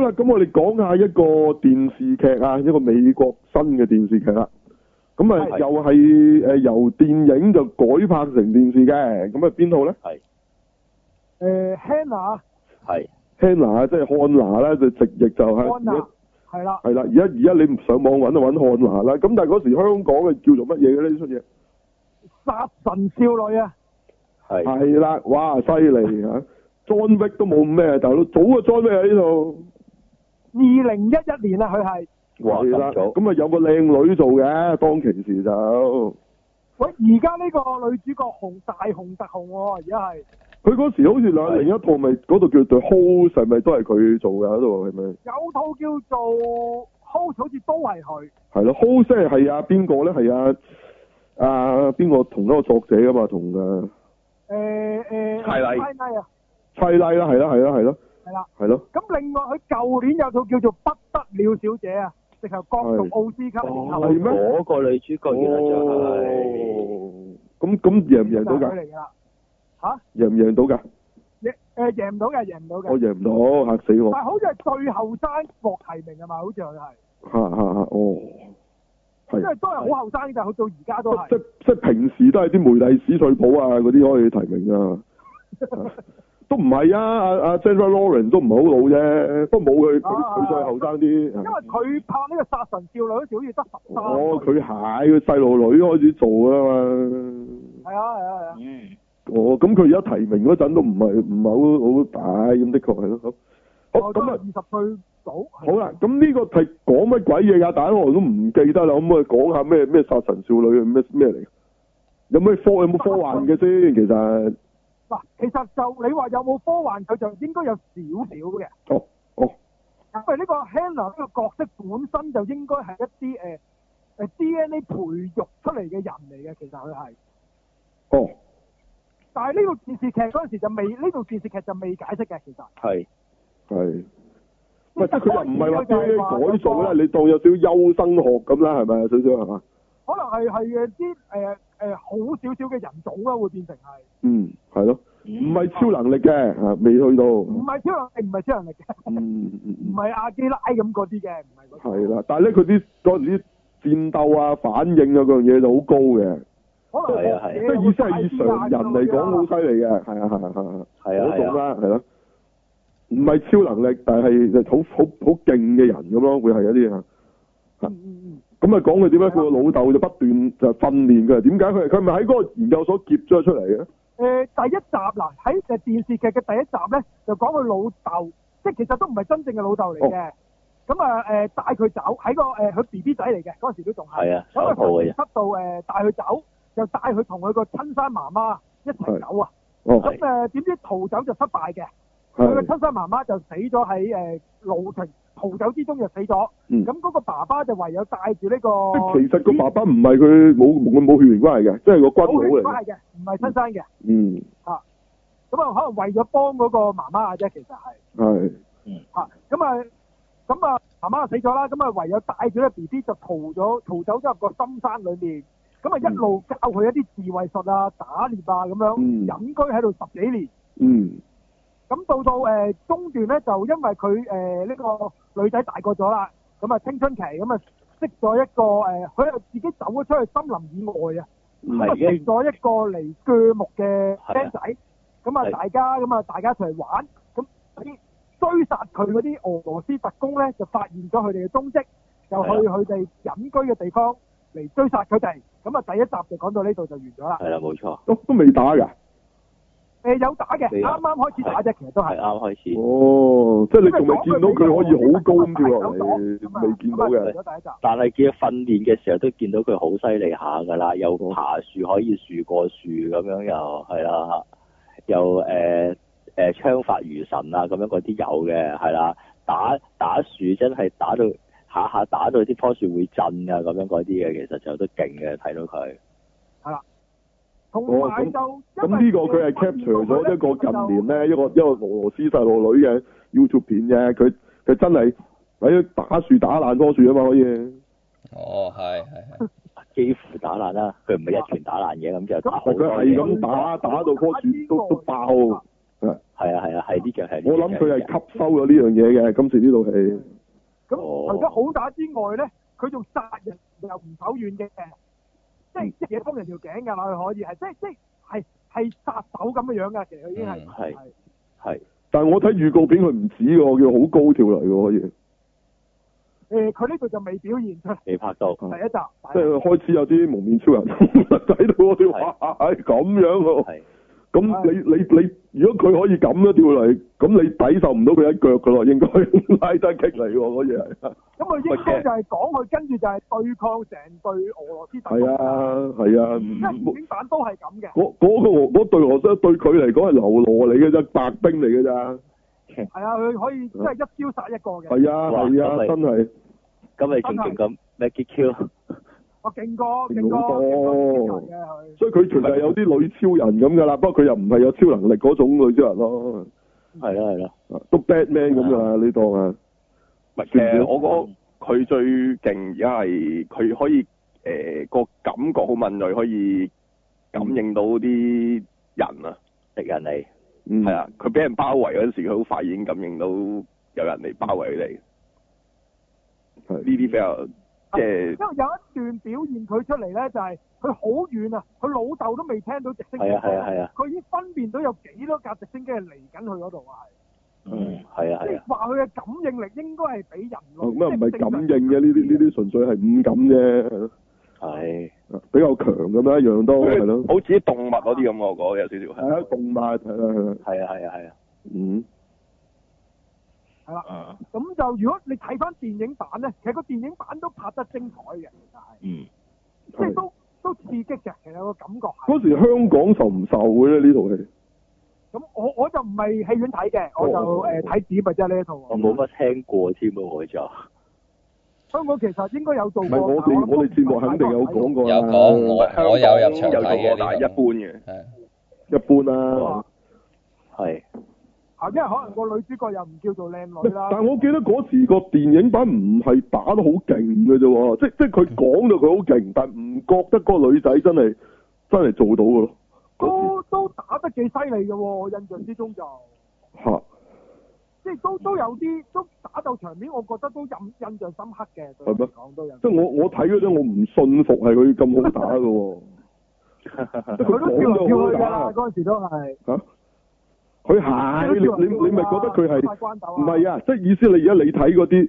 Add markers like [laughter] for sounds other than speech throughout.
啦，咁我哋講下一個電視劇啊，一個美國新嘅電視劇啦。咁啊，係又係誒、呃由電影就改拍成電視嘅，咁啊邊套咧係誒呃 Hannah 係？Hannah 啊即係漢娜啦，就直譯就係 Anna 係啦，係啦。而家而家你唔上網揾就揾漢娜啦。咁但係嗰時香港嘅叫做乜嘢嘅呢呢出嘢？殺神少女啊，係係啦，哇，犀利嚇！John Wick 都冇咩，大佬早啊 John Wick 喺呢度。二零一一年啊，佢係哇係啦，咁早咁啊有個靚女做嘅，當其時就。喂，而家呢個女主角紅大紅特紅喎，而家係佢嗰時好似兩係另一套咪嗰度叫做 Host 係咪都係佢做嘅嗰度係咪？有套叫做 Hold 好似都係佢，係咯，Host 即係係啊邊個咧？係啊啊邊個同一個作者啊嘛？同啊誒誒，係啦係咪呃啊？砌麗啦，係啦係啦係啦係啦，係咯。咁另外佢舊年有套叫做不得了小姐啊，直頭角逐奧斯卡影係后哦咩嗰個女主角原來就哦係咁咁贏唔贏到就係佢㗎？嚟㗎啦，嚇贏唔贏到㗎？贏誒贏唔到嘅，贏唔到我嘅，贏唔到，嚇死我！但係好似係最後生獲提名啊嘛，好似佢係。嚇嚇嚇！哦，因為係都係好後生嘅，但係佢到而家都即係。即即平時都係啲梅麗史翠普啊嗰啲可以提名 [laughs] 啊。啊都唔係啊，阿阿 Jennifer Lawrence 都唔係好老啫，不過冇佢佢啊佢再後生啲。啊因為佢拍呢個殺神少女嗰時好似得十嗯三。哦，佢係佢細路女開始做啊嘛。係啊係啊係啊。嗯哦，咁佢而家提名嗰陣都唔係唔係好好大，咁的確係咯。好，好哦我都咁係啊二，十歲到。好係啦啊，，咁呢個係講乜鬼嘢㗎？大佬我都唔記得啦，可唔可以講下咩咩殺神少女咩咩嚟㗎？有咩科有冇科幻嘅先？其實。嗱，其實就你話有冇科幻，佢就應該有少少嘅，哦哦，因為呢個 Hannah 呢個角色本身就應該係一啲呃誒誒 DNA 培育出嚟嘅人嚟嘅，其實佢係。哦，但係呢套電視劇嗰陣時就未，呢套電視劇就未解釋嘅，其實。係係。喂，即係佢又唔係話即係 DNA 嗰個改造啦，你當有少少優生學咁啦，係咪有少少係嘛？可能係係誒啲誒誒好少少嘅人種啦，會變成係。嗯，係咯，唔嗯係超能力嘅，嚇未去到。唔係超能力，唔係超能力嘅，嗯嗯唔嗯，係阿基拉咁嗰啲嘅，唔係嗰啲。係啦，但係咧佢啲嗰陣時戰鬥啊、反應啊嗰樣嘢就好高嘅，可能係啊係啊即係意思係以常人嚟講好犀利嘅，係啊係啊係啊，係啊嗰種係啊，啦，係咯，唔係超能力，但係好好好勁嘅人咁咯，會係有啲啊嚇。嗯嗯咁啊，講佢點解佢個老豆就不斷就訓練佢，點解佢佢咪喺嗰個研究所劫咗出嚟嘅？嗯。誒，第一集嗱喺誒電視劇嘅第一集咧，就講佢老豆，即係其實都唔係真正嘅老豆嚟嘅。咁啊誒帶佢走喺個誒佢 B B 仔嚟嘅嗰陣時都仲係。係啊，咁啊手套嘅啫，級到誒帶佢走，又帶佢同佢個親生媽媽一齊走啊。哦，咁誒點知逃走就失敗嘅，佢個係，親生媽媽就死咗喺誒路程逃走之中就死咗。嗯，咁嗰哦個爸爸就唯有帶住呢即個係其實個爸爸唔係佢冇冇冇血緣關啊係嘅，即係個軍有血佬嚟嘅。關係嘅，唔係親生嘅。嗯，咁啊，可能為咗幫嗰個媽媽嘅啫，其實係係，嚇。咁啊，咁啊，媽媽死咗啦，咁啊，唯有帶住咧 B B 就逃咗，逃走咗入個深山裏面。咁啊，一路教佢一啲智慧術啊、打獵啊咁樣，嗯隱居喺度十幾年。嗯，咁到到誒、呃中段咧，就因為佢誒呢個女仔大個咗啦，咁啊青春期，咁啊識咗一個誒，佢、又自己走咗出去森林以外啊。咁啊，係嘅，食咗一個嚟鋸木嘅啊僆仔，咁啊係大家咁啊大家一齊玩，咁啲追殺佢嗰啲俄羅斯特工咧就發現咗佢哋嘅蹤跡，就啊去係佢哋隱居嘅地方嚟追殺佢哋。咁啊第一集就講到呢度就完咗啦。係啦冇錯，都都未打㗎。誒有打嘅，未啱有啱開始打啫，其實都係係。啱開始，哦，啊即係你仲未見到佢可以好高咁跳落咁啊嚟，未見到咁啊完嘅。咗第一集。但係見佢訓練嘅時候都見到佢好犀利下㗎啦，又哦爬樹可以樹過樹咁樣又係啦，又誒誒槍法如神啊咁樣嗰啲有嘅係啦，打打樹真係打到下下打到啲棵樹會震啊咁樣嗰啲嘅，其實就都勁嘅睇到佢同哦埋咁就咁啊因為呢個佢係訓練 capture 咗咧一個就近年咧一個一個俄羅斯細路女嘅 YouTube 片啫，佢佢真係喺度打樹打爛棵樹啊嘛，可以。哦，係係係，幾啊乎打爛啦，佢唔係一拳打爛嘢咁就打好但多佢係嘢。咁打打到棵樹都都爆，係啊係啊係呢樣係呢樣。我諗佢係吸收咗呢樣嘢嘅，今次呢套戲。咁哦除咗好打之外咧，佢仲殺人又唔手軟嘅，即係一嘢通人條頸㗎啦，佢可以係即係即係係係殺手咁嘅樣㗎，其實佢已經係嗯係係但係我睇預告片佢唔止嘅喎，叫好高跳嚟嘅喎可以，啊誒佢呢度就未表現出嚟未拍到。第一集，即係開始有啲蒙面超人 [laughs] 睇到我哋話唉咁樣喎。係啊咁你你你，如果佢可以咁樣跳嚟，咁你抵受唔到佢一腳嘅咯，應該 [laughs] 拉得棘嚟喎嗰嘢係。咁佢應該就係講佢跟住就係對抗成隊俄羅斯特工係㗎，啊係 [laughs] 啊，唔因為電影版都係咁嘅。嗰嗰個俄嗰對俄軍對佢嚟講係流羅嚟嘅啫，白兵嚟嘅咋。係啊，佢可以即係一招殺一個嘅，係啊哇係啊，咁真咪係咁咪仲勁咁 Maggie Q 我勁過勁勁過好多勁過超人嘅佢。所以佢其實有啲女超人咁噶啦，不過佢又唔係有超能力嗰種女超人咯，係啦係啦，啊都 Batman 咁噶啦，你當啊。唔係算唔誒，算我覺得佢最勁而家係佢可以誒個、感覺好敏鋭，可以感應到啲人啊，敵人嚟，嗯係、，啊，佢俾人包圍嗰陣時，佢好快已經感應到有人嚟包圍佢哋。係呢啲比嗯較即係啊因為有一段表現佢出嚟咧，就係佢好遠啊，佢老豆都未聽到直升機。係啊係啊係啊，佢已經分辨到有幾多架直升機係嚟緊佢嗰度啊！嗯係啊係即係啊係話佢嘅感應力應該係比人哦類咁啊唔係即係正感常應嘅呢啊啲呢啲純粹係五感啫，係比較強咁啦，一樣都哦係咯。好似啲動物嗰啲咁，我覺得有少少係啊，係。動物係啦係啦，係啊係啊係啊，嗯，係啊啦。咁就如果你睇翻電影版咧，其實個電影版都拍得精彩嘅，其實係嗯即係係。都都刺激嘅，其實有個感覺係。嗰時香港受唔受嘅咧呢套戲？咁我我就唔係戲院睇嘅，我就哦哦誒睇碟嘅啫呢一套。我冇乜聽過添喎，我就香港其實應該有做唔過。係我但哋諗都我哋節目唔係肯定有太多講過啊有啦。講我香港我有入場有做睇過嘅，但係呢一個般嘅。係一般啊啦。係啊，因為可能個女主角又唔叫做靚女啦。 [laughs] 但我記得嗰時個電影版唔係打得好勁嘅啫喎，即即嗯佢講到佢好勁，但唔覺得嗰個女仔真係真係做到嘅咯。都都打得幾犀利嘅喎，我印象之中就嚇！即係都都有啲都打鬥場面，我覺得都印印象深刻嘅。對我係咩嚟講都有。即係我我睇嗰啲，我唔信服係佢咁好打嘅 [laughs] 喎。即係佢都跳嚟講跳到好去㗎啦，打嗰陣時都係。嚇！佢係你你你咪覺得佢係唔唔係？啊？即係意思你而家你睇嗰啲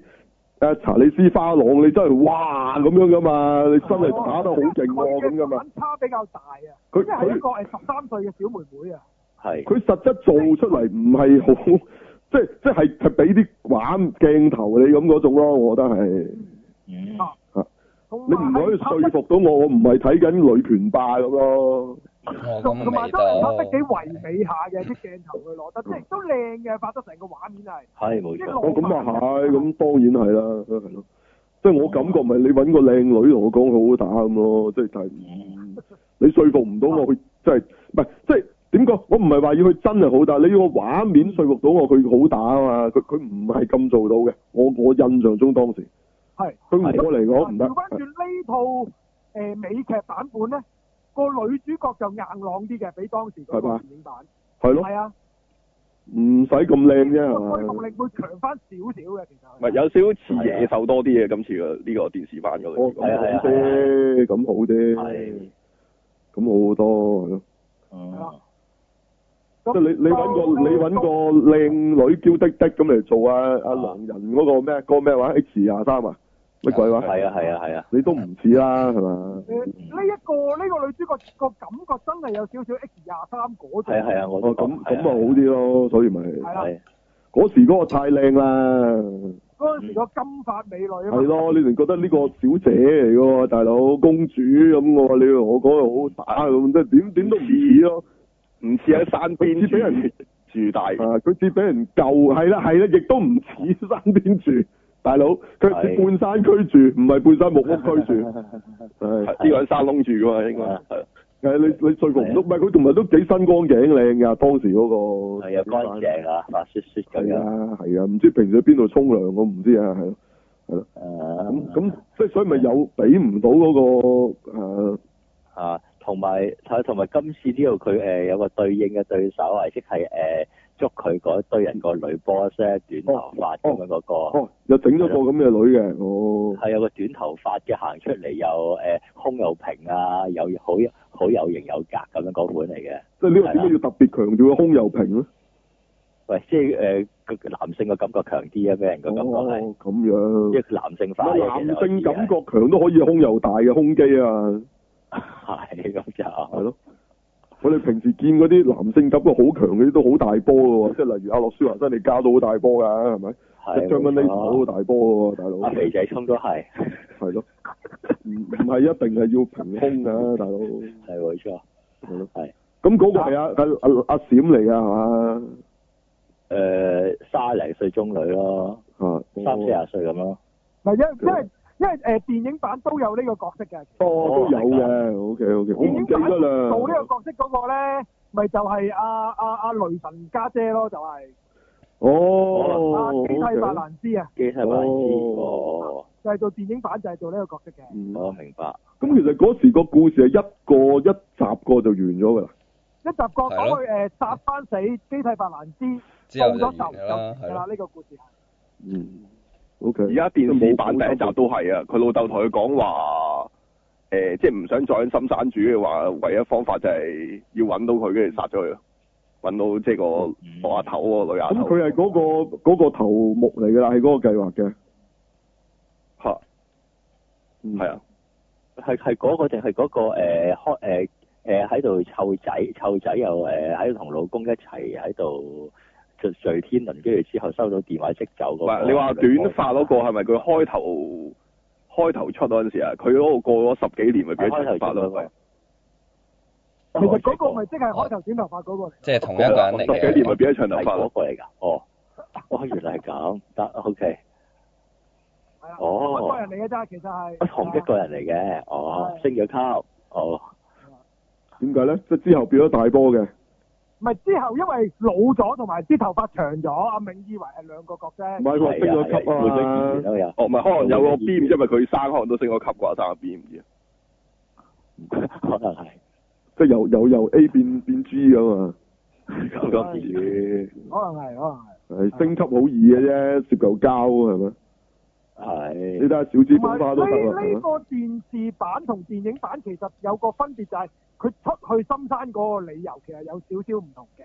誒查理斯花郎，你真係哇咁樣噶嘛？你真係打得好勁喎咁噶嘛？反差比較大啊！佢因為係佢一個係十三歲嘅小妹妹啊，係佢實質做出嚟唔係好， [laughs] 即係即係係俾啲玩鏡頭你咁嗰種咯，我覺得係。嗯啊同你唔埋可以係拍說得服到我，我唔係睇緊女權霸咁咯。我同咁同埋未都係拍得幾到。唯美下嘅啲鏡頭佢攞得，即係都靚嘅，拍得成個畫面係。係冇即係錯。哦，落咁啊係，咁當然係啦，係咯。即係我感覺咪你揾個靚女同我講佢好打咁咯，即係但係嗯你說服唔到我去，即係唔係即係點講？我唔係話要佢真係好打，你要個畫面說服到我佢好打啊嘛。佢佢唔係咁做到嘅，我我印象中當時係。對我嚟講唔得調。翻轉呢套誒、呃美劇版本咧，個女主角就硬朗啲嘅，比當時嗰個係嘛電影版。係咯，係啊，唔使咁靚啫，係個推動嘛？力會強翻少少嘅，其唔實。係有少少似啊野獸多啲嘅今次個呢個電視版嗰我度。咁係啊係啊好啫，咁好啫係，咁好多係咯。嗯即係咁你你揾個你揾個靚女嬌滴滴咁嚟做啊啊狼人嗰個咩嗰個咩話 H 廿三啊乜鬼話？係啊係啊係啊，你都唔似啦係嘛？誒呢一個呢個女主角個感覺真係有少少 X 廿三嗰種。係啊係啊，我哦都咁講咁啊好啲咯，所以咪係啦，係啊嗰時嗰個太靚啦，嗰陣時個金髮美女啊嘛係。咯，你仲覺得呢個小姐嚟嘅喎，大佬公主咁喎，你話我講佢好打咁，即係點點都唔似咯。唔似喺山邊似俾人住住大，啊！佢似俾人救，係啦係啦，亦都唔似山邊住，大佬佢似半係山區住，唔係半山木屋區 [laughs] 住。係呢個喺山窿住噶嘛，應該啊係係你你說服唔到，唔係佢同埋都幾身光頸靚㗎，當時嗰個。係啊乾淨啊，白雪雪咁係樣。啊係啊，唔知平時去邊度沖涼，我唔知啊，係咯。咁咁咁即係所以咪有俾唔到嗰個誒啊啊，同埋同埋今次呢度佢誒有個對應嘅對手啊，即係誒捉佢嗰堆人個女 boss 咧，短頭髮咁樣嗰個，哦，又整咗個啊咁嘅女嘅，哦，係有個短頭髮嘅行出嚟又誒胸又平啊，又好好有型有格咁樣嗰款嚟嘅。即係呢個啊點解要特別強調個胸又平咧？喂，即係誒個男性嘅感覺強啲啊，俾人嘅感覺係，哦，咁樣即。係男性化咪嘅。啊男其實我性知係感覺強都可以胸又大嘅胸肌啊，係咁係就咯。我哋平時見嗰啲男性感覺好強嗰啲都好大波嘅喎，即係例如阿諾舒華辛力加都好大波㗎，係咪？[laughs] 係即張文呢都好冇錯啊大波嘅喎，大佬阿。肥仔聰都係係咯，唔唔係一定係要平胸 [laughs] 㗎，大佬。係係冇錯。咯。係。咁嗰個係阿阿阿阿閃嚟㗎係嘛？誒卅零歲中女咯，啊，三四哦廿歲咁咯。嗱，因因為因為誒電影版都有呢個角色嘅，哦都有嘅，OK OK，我電唔影記版得啦。做呢個角色嗰個咧，咪就係阿阿阿雷神家姐咯，就係阿哦基，蒂 OK 法蘭斯啊，機械白痴，哦哦，就係做電影版就係做呢個角色嘅。嗯我哦明白。咁其實嗰時個故事係一個一集過就完咗㗎啦。一集講講佢誒殺翻死基蒂法蘭斯，之後報就完咗仇㗎啦，係係啦咯，呢個故事係。嗯，OK。而家電視版第一集都係啊，佢老豆同佢講話，誒、即係唔想再喺深山住嘅話，唯一方法就係要揾到佢，跟住殺咗佢咯，揾到即係嗯個個阿頭個女阿咁頭。佢係嗰個嗰、個頭目嚟㗎啦，係嗰個計劃嘅。嚇嗯係啊，係係嗰個定係嗰個誒開誒誒喺度湊仔湊仔又誒喺度同老公一齊喺度就聚天倫，跟住之後收到電話即走唔嗰、係個。你話短髮啊嗰個係咪佢開頭開頭出嗰陣時啊？佢嗰個過咗十幾年咪變咗長係開頭髮出嗰個咯？哦其實嗰個咪即係開頭短頭髮嗰個嚟。即係同一個人嚟十幾年咪嘅。變咗長頭係髮嗰咯？個嚟㗎？哦，哦原來係咁，得 OK，係啦，啊哦同一個人嚟嘅咋，其實係我同一個人嚟嘅，哦係，升咗級，哦，點解咧？即係之後變咗大波嘅。唔係之後，因為老咗同埋啲頭髮長咗，阿銘以為係兩個角色。唔係佢話升咗級係啊啊係換咗演員嘛。咯又，哦，唔係可能有個 B，因為佢生可能都升咗級啩，生個 B 唔知啊。可能係即係由由由 A 變變 G 㗎嘛。咁咁至於可能係，可能係。係升級好易嘅啫，攝嚿膠啊係咪？你係睇下小資同本埋花都得啦。呢係呢咪個電視版同電影版其實有個分別就係佢出去深山嗰個理由其實有少少唔同嘅。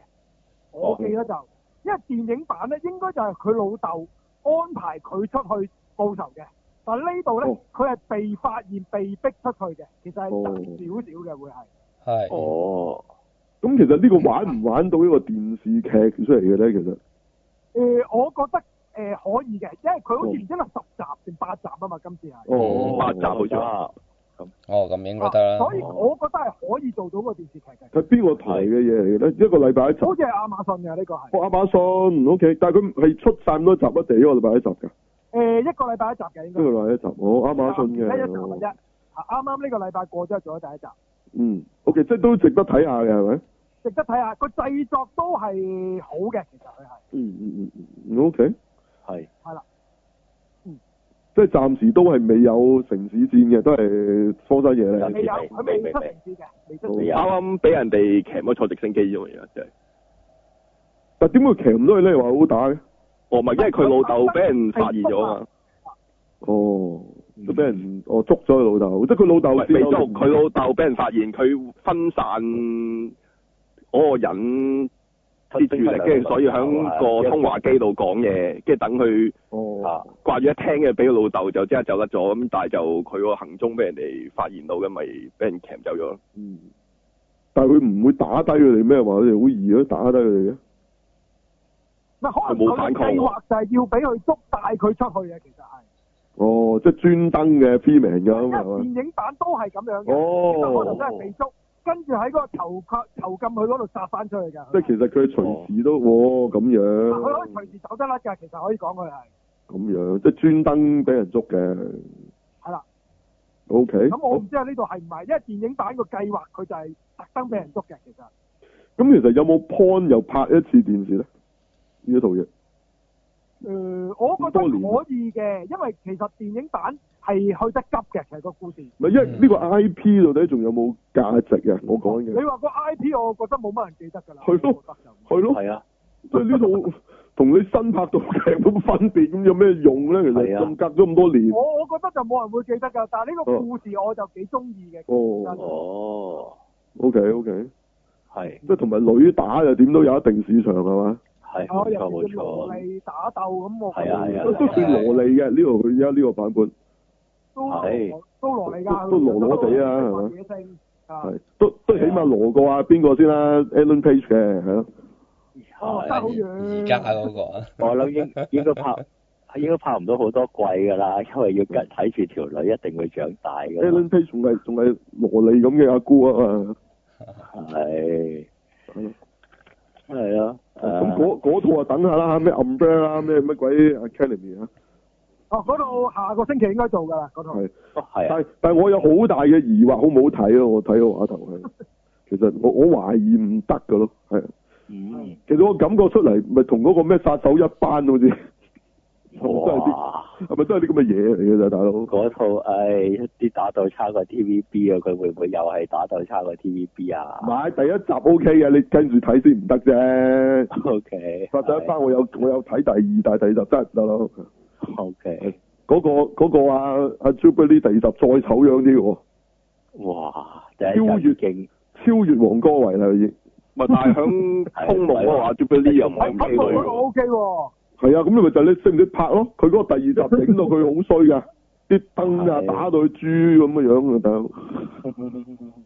我記得就因為電影版咧應該就係佢老豆安排佢出去報仇嘅，但呢度咧哦佢係被發現被逼出去嘅，其實係哦爭少少嘅會係。係哦，咁其實呢個玩唔玩到呢個電視劇出嚟嘅咧？其實誒、呃我覺得誒、可以嘅，因為佢好似唔知得十集定八集啊嘛，今次係。哦，八集好似啊，哦，咁應該啊得啦。所以我覺得係可以做到個電視劇嘅，係邊個台嘅嘢嚟嘅咧？一個禮拜一集。好似係亞馬遜嘅呢個係，誒、哦，亞馬遜 OK，但係佢係出晒咁多集一地一個禮拜一集㗎，呃一個禮拜一集嘅應一該個，禮拜一集，我亞馬遜一集嘅嘅，啫，啊啱啱呢個禮拜過咗做咗第一集，嗯，OK，即係都值得睇下嘅係咪？值得睇下個製作都係好嘅，其實佢係嗯嗯嗯嗯，OK，係係啦，即係暫時都係未有城市戰嘅，都係荒山野有嶺。嗯未有佢未未出城市嘅，未出城好市未啱有啱俾人哋騎咗坐直升機啫喎，而家真係。但點解騎唔到去咧？話好打嘅，哦，唔係，因為佢老豆俾人發現咗啊嘛。哦，都俾人哦捉咗佢老豆，即係佢老豆唔係被先有嗯捉，佢老豆俾人發現，佢分散嗰個人啲注意力，跟住所以喺個通話機度講嘢，跟住等佢哦啊，掛住一聽嘅，俾佢老豆就即刻走甩咗。咁但係就佢個行蹤俾人哋發現到嘅，咪俾人騎走咗咯。嗯，但係佢唔會打低佢哋咩？話佢哋好易都打低佢哋嘅。嗱可能佢冇佢反嘅抗計喎劃就係要俾佢捉帶佢出去嘅，其實係，哦，即係專登嘅 P man 咁因係為嘛？電影版都係咁樣嘅，不過可能真係哦，被捉，跟住喺嗰個囚禁囚禁佢嗰度殺翻出去㗎，即係其實佢隨時都哦咁啊佢可樣，以隨時走得甩㗎，其實可以講佢係。咁樣即係專登俾人捉嘅。係啦。 O K。咁我唔知啊呢度係唔係，因為電影版個計劃佢就係特登俾人捉嘅，其實咁其實有冇 point 又拍一次電視咧？呢一套嘢。誒、呃我覺得可以嘅，因為其實電影版係去得急嘅，其實個故事。唔係，因為呢個 I P 到底仲有冇價值啊？我講你嘅話個 I P，我覺得冇乜人記得㗎啦。係咯我覺得就係咯，係啊，即係呢套同你新拍到劇冇分別，咁有咩用咧？其實係啊咁隔咗咁多年，我我覺得就冇人會記得㗎，但係呢個故事我就幾中意嘅。哦哦， ，OK OK，係即係同埋女打又點都有一定市場係嘛？係哦，冇尤錯冇其是羅錯，莉打鬥咁，我係啊係啊都都算羅莉嘅呢度佢而家呢個版本都係都羅莉都㗎，都羅羅地啊係咪自己聲啊，係都都起碼羅過啊邊個先啦？Alan Page 嘅係咯，哦，係爭好遠。而家嗰個啊，我諗應應該拍。應該拍唔到好多季㗎啦， [laughs] 因為要嗯跟睇住條女一定會長大㗎嘛。 Alan Page 仲係仲係羅莉咁嘅阿姑啊嘛，係咯係係啊，咁誒嗰嗰套啊等下啦咩 Umbrella 啦咩乜鬼 Academy 啊，哦，嗰度下個星期應該做㗎啦，嗰度係。哦係啊，但但我有好大嘅疑惑，好唔好睇啊？我睇個話頭 [laughs] 係，其實我我懷疑唔得噶咯，係。嗯，其實我感覺出嚟，咪同嗰個咩殺手一班好似， [laughs] 嗯哇！係咪都係啲咁嘅嘢嚟嘅咋，大佬？嗰套唉啲打鬥差過 TVB 啊，佢會唔會又係打鬥差過 TVB 啊買第一集 O K 嘅，你跟住睇先唔得啫。 [laughs] ？O K，殺手一班我有我有睇第二，但係第二集真係唔得咯。 O K，嗰、個嗰、個啊阿 Jubilee 第二集再醜樣啲喎，哇！第一集已經超越黃哥維啦已經。咪但 [laughs] 係響通夢嗰話 Jubilee 又唔係係咁咁幾個類嗰個喎， O K 喎，係啊，咁你咪就係你識唔識拍咯？佢嗰個第二 [laughs] 集整到佢好衰㗎，啲燈啊係打到佢豬咁嘅樣啊，大佬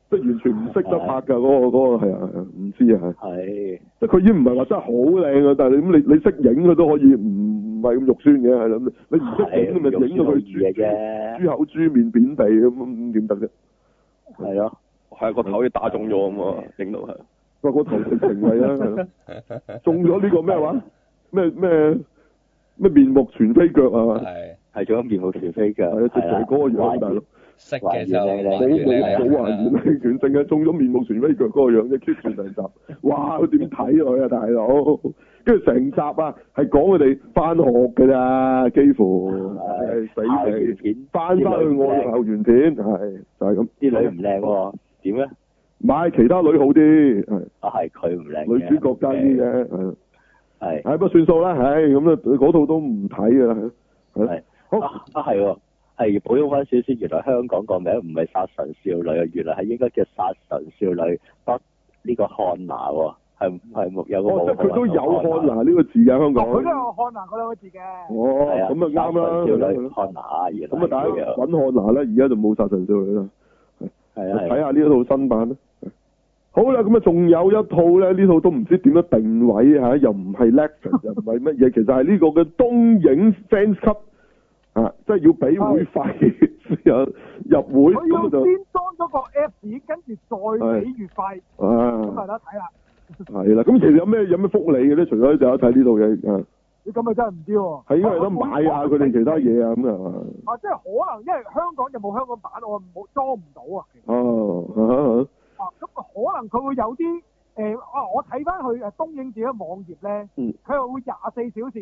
即係完全唔識得拍㗎嗰、個嗰、個係啊，係啊唔知啊係。係即係佢已經唔係話真係好靚啊，但係你咁你你識影佢都可以唔唔係咁肉酸嘅，係啦。你唔識影係你咪影到佢嘅豬啫，豬口豬面扁地咁咁點得啫？係咯，係個頭要打中咗咁啊，影到係。喂，個頭直情位啦，係咯中咗呢個咩話？咩咩咩面目全非腳啊嘛？係係做咗面部全非腳，係啊，直係情啦係嗰個樣，大佬識嘅就冇冇冇還原係啊命權，淨係中咗面目全非腳嗰個樣啫，keep 住成集。哇！佢點睇佢啊，大佬？跟住成集啊，係講佢哋翻學㗎咋，幾乎係死校死園。片翻翻去我嘅校園片，係就係咁。啲女唔靚喎，點咧？買其他女好啲，係啊係佢唔靚嘅，女主角加啲嘅，係係係不過算數啦，唉咁啊，嗰套都唔睇噶啦，係係係好啊啊係喎，係補充翻少少，原來香港個名唔係殺神少女啊，原來係應該叫殺神少女北呢個漢娜喎，係係冇有個哦，冇即係啊佢都有漢漢娜，娜呢個字嘅香哦港。佢都有漢娜嗰兩個字嘅。哦，係啊，咁啊啱啦，係殺神少啦女係啦漢娜，原來咁啊，大家係揾漢娜啦，而家就冇殺神少女啦，啊睇係啊，下呢一套新版啦。好啦，咁啊，仲有一套咧，呢套都唔知點樣定位嚇，又唔係 lecture，又唔 [laughs] 係乜嘢，其實係呢個嘅東影 fans club 啊，即係要俾會費 [laughs] 先有入會，佢要咁就先裝咗個 Apps，跟住再俾月費，咁咪啊得睇啦。係啦。咁其實有咩有咩福利嘅咧？除咗就有睇呢套嘢啊，你咁啊真係唔知喎。係因為有得買下佢哋其他嘢啊咁啊嘛。啊，即係可能因為香港就冇香港版，我冇裝唔到啊。其實哦，啊，咁可能佢會有啲誒、啊，我睇翻佢誒東影自己嘅網頁咧，嗯佢又會廿四小時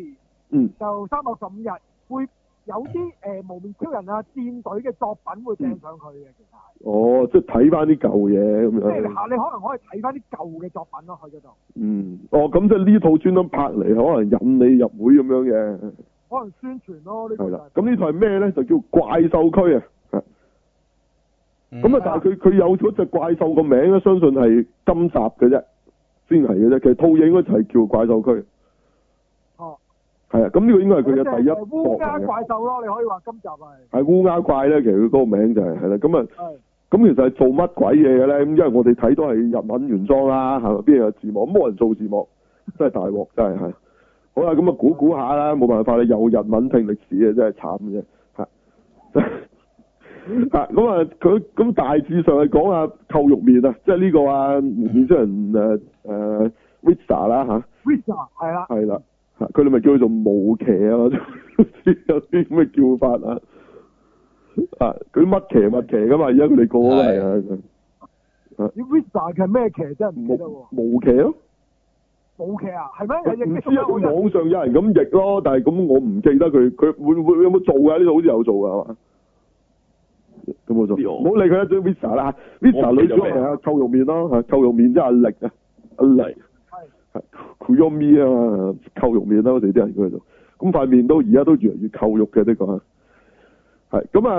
嗯就三百六十五日會有啲誒、無面超人啊戰隊嘅作品會掟上去嘅，其實係哦，即係睇翻啲舊嘢咁即係樣。下你可能可以睇翻啲舊嘅作品咯，去嗰度嗯，哦，咁即係呢套專登拍嚟，可能引你入會咁樣嘅。可能宣傳咯呢、個係就啦係，咁呢台咩咧？就叫怪獸區啊。嗯咁啊，但係佢佢有嗰只怪獸個名咧，相信係今集嘅啫，先係嘅啫。其實套嘢應該就係叫怪獸區。哦。係啊，咁呢個應該係佢即嘅第一啊係幕烏嚟鴉嘅。怪獸咯，你可以話今集係係烏鴉怪咧，其實佢嗰個名就係係啦。咁啊，係咁其實係做乜鬼嘢嘅咧？咁因為我哋睇都係日文原裝啦，係咪？邊有字幕？冇人做字幕，真係大鑊，真係係。好啦，咁啊估估下啦，冇辦法你有日文拼歷史啊，真係慘嘅啫嚇。嚇咁啊，佢咁大致上係講下扣肉面啊，即係呢個啊面超人誒誒 Visa 呃啦嚇。 Visa 係啦，係啦，嚇佢哋咪叫佢做無騎啊， [laughs] 我都唔知有啲咁嘅叫法啊。啊！佢乜騎乜騎噶嘛，而家佢哋個個都係啊，啲 Visa 嘅咩騎真係唔記得無喎，無騎咯。冇騎啊，係咩？唔有知啊，有有網上有人咁譯咯，但係咁我唔記得佢佢會會有冇做㗎？呢度好似有做㗎係嘛？有冇做？呢個唔好理佢啦，最 Visa 啦嚇我，Visa 唔記女得主角係啊，扣肉面咯嚇，扣肉面即係阿力啊，阿力係佢咗咪啊嘛，扣肉面啦，我哋啲人佢喺度，咁塊面都而家都越嚟越扣肉嘅呢個係。啊係咁啊，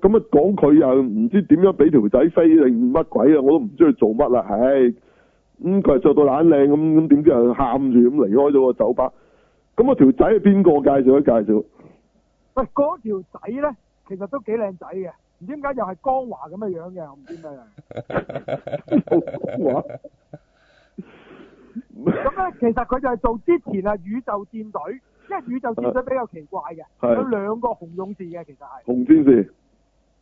咁啊講佢又唔知點樣俾條仔飛定乜鬼啊，我都唔知佢做乜啦，唉，咁佢係着到懶靚咁，咁點知又喊住咁離開咗個酒吧，咁啊條仔係邊個介紹一啊介紹？喂，嗰條仔咧，其實都幾靚仔嘅，唔知點解又係江華咁嘅樣嘅，我唔知咩啊 [laughs] 嚟。話咁咧，其實佢就係做之前啊宇宙戰隊，因為宇宙戰隊比較奇怪嘅，係有兩個紅勇士嘅，其實係紅戰士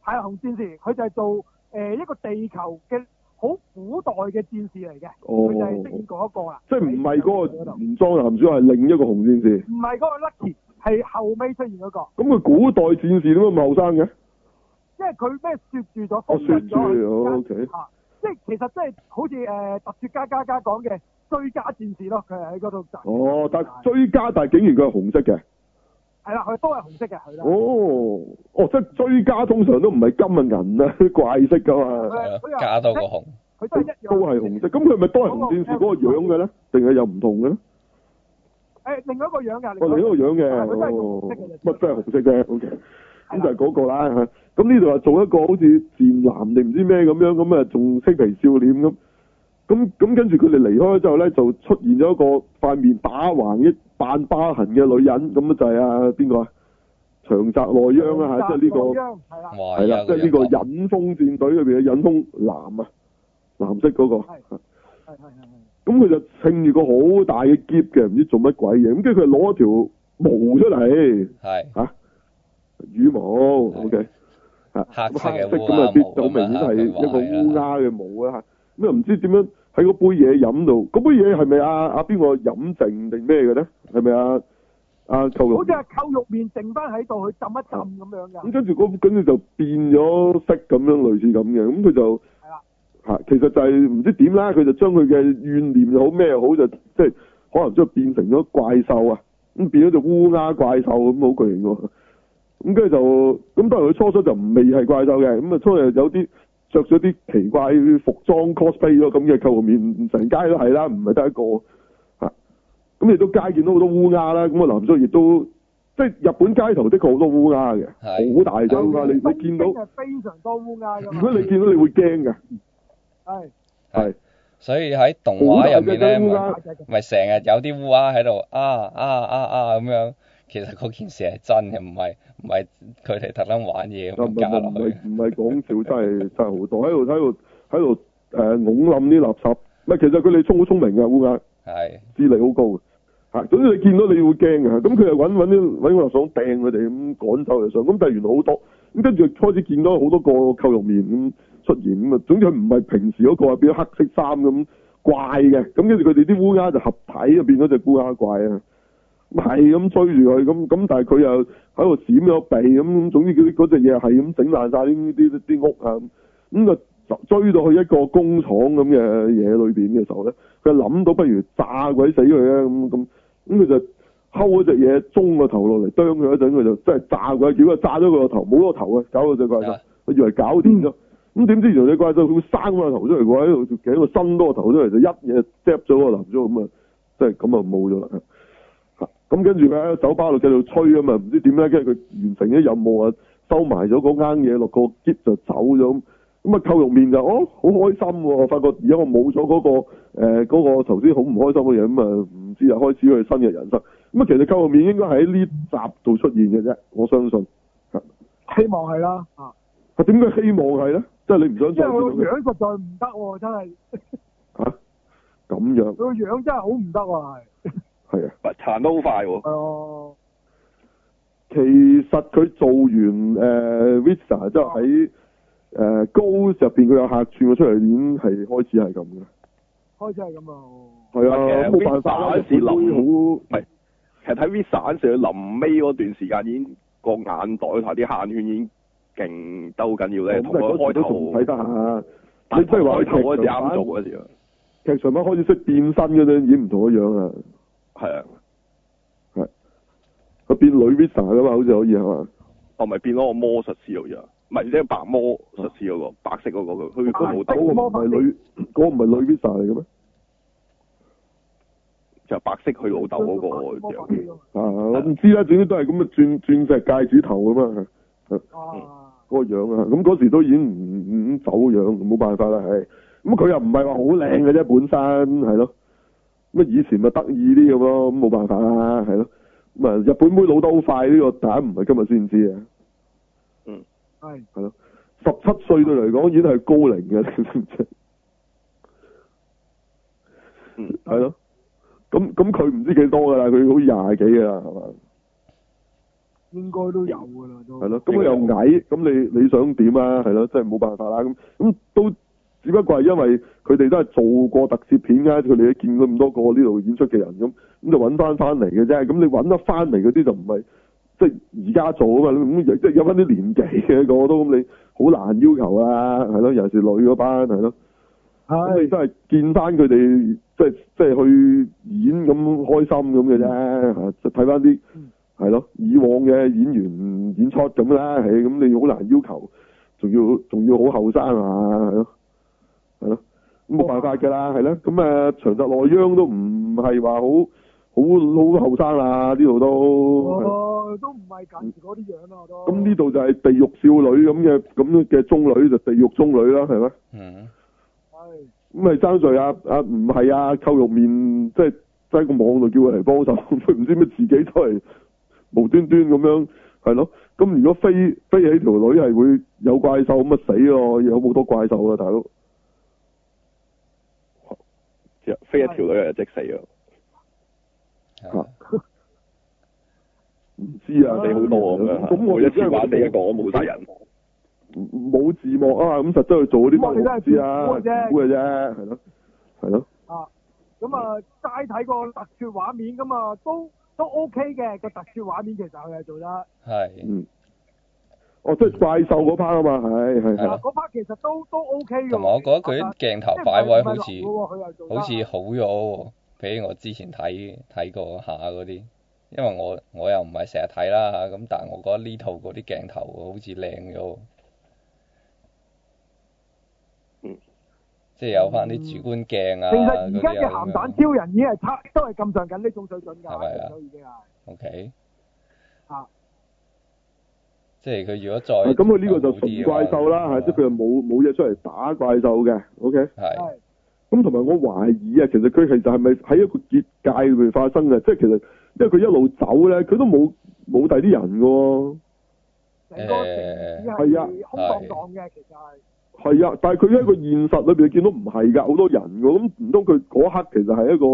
係啊紅戰士，佢就係做誒、呃一個地球嘅好古代嘅戰士嚟嘅，哦佢就係飾演嗰一個啦。即係唔係嗰喺宇個宙度原裝男主係另一個紅戰士，唔係嗰個 Lucky，係後尾出現嗰、個，咁佢古代戰士點解咁後生嘅？因為佢咩雪住咗我封雪印住咗佢哦而家，OK，啊即係其實真係好似誒、呃特雪加加加講嘅追加戰士咯，佢係喺嗰度就哦，但追加但係竟然佢係紅色嘅，係啦，佢都係紅色嘅佢啦。哦，哦，即係追加通常都唔係金啊銀啊 [laughs] 怪色噶嘛，佢佢又加多個紅，佢都都係一樣。係紅色，咁佢係咪都係紅戰士嗰個樣嘅咧？定係有唔同嘅咧？誒，另外一個樣㗎，我另一個樣嘅，係佢都係哦紅色嘅，乜都係紅色啫，OK，咁係啦就係嗰個啦嚇。咁呢度又做一個好似戰男定唔知咩咁樣，咁啊仲嬉皮笑臉咁。咁咁跟住佢哋離開咗之後咧，就出現咗一個塊面打橫一扮疤痕嘅女人，咁就係啊邊個啊？長澤內央啊嚇，即係呢個。個係啦，哇！係啦，即係呢個隱人風戰隊裏邊嘅隱風男啊，藍色嗰、係個。係係係係。咁佢就撐住個好大嘅箧嘅，唔知做乜鬼嘢。咁跟住佢攞一條毛出嚟，係嚇、羽毛，OK 嚇。黑色嘅咁黑咁啊烏知好鴉毛明顯係一個烏咁啊鴉嘅毛啊嚇。咁又唔知點樣喺嗰杯嘢飲度，嗰杯嘢係咪啊啊邊個飲剩定咩嘅咧？係咪啊啊扣肉好似？係扣肉面剩翻喺度，佢浸一浸咁樣咁㗎。跟住嗰跟住就變咗色咁樣，類似咁嘅，咁佢就係啦嚇，其實就係唔知點啦，佢就將佢嘅怨念又好咩又好，就即係可能將佢變成咗怪獸啊，咁變咗隻烏鴉怪獸咁，好巨型喎。咁跟住就咁，當然佢初初就未係怪獸嘅，咁啊初初有啲着咗啲奇怪服裝 cosplay 咗咁嘅構面，成街都係啦，唔係得一個嚇。咁亦都街見到好多烏鴉啦，咁啊男主亦都即係日本街頭的確好多烏鴉嘅，係好大隻烏鴉，你你見到，係非常多烏鴉㗎如果嘛。你見到你會驚㗎，係係所以喺動好畫大入面隻咧，烏咪鴉，咪成日有啲烏鴉喺度啊啊啊啊咁樣。其實嗰件事係真嘅，唔係唔係佢哋特登玩嘢唔咁加係落唔去係。唔係講笑，真係真係好多喺度喺度喺度誒拱冧啲垃圾，唔係其實佢哋聰好聰明嘅啊烏鴉。係智力好高嘅。嚇，總之你見到你會驚嘅。咁佢又揾揾啲揾個垃圾桶掟佢哋咁趕走佢上。咁但係原來好多咁跟住開始見到好多個扣肉面咁出現咁啊。總之佢唔係平時嗰個，變咗黑色衫咁怪嘅。咁跟住佢哋啲烏鴉就合體就變咗隻烏鴉怪啊！咁係咁追住佢咁咁，但係佢又喺度閃咗鼻咁。總之佢嗰只嘢係咁整爛晒啲啲啲屋啊咁咁就追到去一個工廠咁嘅嘢裏邊嘅時候咧。佢諗到不如炸鬼死佢啊！咁咁咁佢就睺嗰隻嘢，中個頭落嚟，啄佢嗰陣，佢就真係炸佢，結果炸咗佢個頭，冇咗個頭啊！搞到隻怪獸啊，我以為搞掂咗，咁點知原來隻怪獸佢生翻個頭出嚟，佢喺度喺度伸多個頭出嚟，就一嘢嗒咗個頭咗咁啊！即係咁啊冇咗啦。嚇咁跟住佢喺酒吧度繼續吹啊嘛，唔知點咧，跟住佢完成咗任務啊，收埋咗嗰啱嘢落個箧就走咗咁。咁啊，扣肉面就哦，好開心喎！我發覺而家我冇咗嗰個呃誒嗰、個頭先好唔開心嘅嘢，咁啊唔知啊開始佢新嘅人生。咁啊，其實扣肉面應該喺呢集度出現嘅啫，我相信。希望係啦。啊，啊，點解希望係咧？即係你唔想因為再見佢到個佢樣實在唔得喎，真係嚇咁樣佢個樣真係好唔得喎，係。係啊。喂殘得好快喎。哦，其實佢做完誒呃 Vista 之後喺誒 Ghost 入邊，佢有客串咗出嚟，已經係開始係咁嘅。開始係咁啊。係係啊，嘅冇辦法啦， Vista 嗰時好諗其實睇 Visa 嗰陣時，佢臨尾嗰段時間已經個眼袋同埋啲眼圈已經勁兜緊要咁咧，同但係佢嗰開時都仲頭睇得下。但你即係話開頭嗰陣時劇場啱版做嗰陣時啊，劇場版開始識變身嗰陣已經唔同咗樣啦，係啊，佢變女 Visa 噶嘛，好似可以係嘛？我咪變咗個魔術師嗰樣，唔係即係白魔術師嗰個白色嗰個，佢佢嗰嗰冇個兜，唔係女，嗰個唔係女 Visa 嚟嘅咩？就白色佢老豆嗰個樣。啊，我唔知啦，總之都係咁啊，轉鑽石戒指頭咁啊，啊，嗰、個樣啊，咁嗰時都已經唔唔唔走樣，冇辦法啦，係。咁佢又唔係話好靚嘅啫，本身係咯。咁啊以前咪得意啲咁咯，咁冇辦法啦，係咯。咁啊，日本妹老得好快呢、個，大家唔係今日先知啊。係十七歲對嚟講已經係高齡嘅， [laughs] 你知唔知？嗯係咯。咁咁佢唔知幾多㗎啦，佢好似廿幾㗎啦，係嘛？應該都有㗎啦，都係咯，咁佢又矮，咁你你想點啊？係咯，真係冇辦法啦。咁咁都只不過係因為佢哋都係做過特攝片啊，佢哋都見過咁多個呢度演出嘅人，咁咁就揾翻翻嚟嘅啫。咁你揾得翻嚟嗰啲就唔係即係而家做啊嘛，咁有即係有翻啲年紀嘅個個都咁，你好難要求啊，係咯，尤其是女嗰班係咯。咁你係真係見翻佢哋，即係即係去演咁開心咁嘅啫，嚇即係睇翻啲嗯係咯以往嘅演員演出咁啦，係咁你好難要求，仲要仲要好後生啊，係咯係咯，咁冇辦法㗎啦，係啦，咁啊長澤內央都唔係話好好好後生啦，呢度都。係嗯哦，都唔係近時嗰啲樣啦，啊我都咁呢度就係地獄少女咁嘅咁嘅中女就地獄中女啦，係咪？嗯，係咁咪爭在啊啊唔係啊，扣肉面即係即係個網度叫佢嚟幫手， [laughs] 佢唔知咩自己都係無端端咁樣係咯。咁如果飛飛起條女係會有怪獸咁啊死咯，有好多怪獸啊大佬。飛一條女就即死啊！係啊 [laughs] 唔知啊，死好多咁樣，咁我每一哋次真係玩死一個，冇晒人。冇字幕啊，咁實質去做嗰啲咁我哋都係唔知啊，估嘅啫估嘅啫，係咯，係咯，啊，咁啊齋睇個特撮畫面咁啊，都都 OK 嘅個特撮畫面其實佢係做得，啊係嗯。哦，即係怪獸嗰 part 啊嘛，係係係係。咯嗰 part 其實都都 OK 嘅喎。啊同埋我覺得佢啲鏡頭擺位好嗯即係似唔係流嘅喎佢又做得好似好咗喎，比我之前睇睇過下嗰啲，因為我我又唔係成日睇啦嚇，咁但係我覺得呢套嗰啲鏡頭好似靚咗喎。嗯即係有翻啲主觀鏡啊，其實嗯而家嘅鹹嗰啲啊蛋超人已經係差，都係咁上緊呢種水準㗎，係咪啊都已經係 O K，啊，即係佢如果再啊咁佢呢個就好啊啲純嘅話怪獸啦，係即係佢又冇冇嘢出嚟打怪獸嘅，OK。係係咁同埋我懷疑啊，其實佢其實係咪 [laughs] 喺一個結界裏面發生嘅？即係其實因為佢一路走咧，佢都冇冇第啲人嘅喎。成個城市係啊係空蕩蕩嘅，其實係係啊，但係佢喺個現實裏面見到唔係㗎，好多人㗎。咁唔通佢嗰刻其實係一個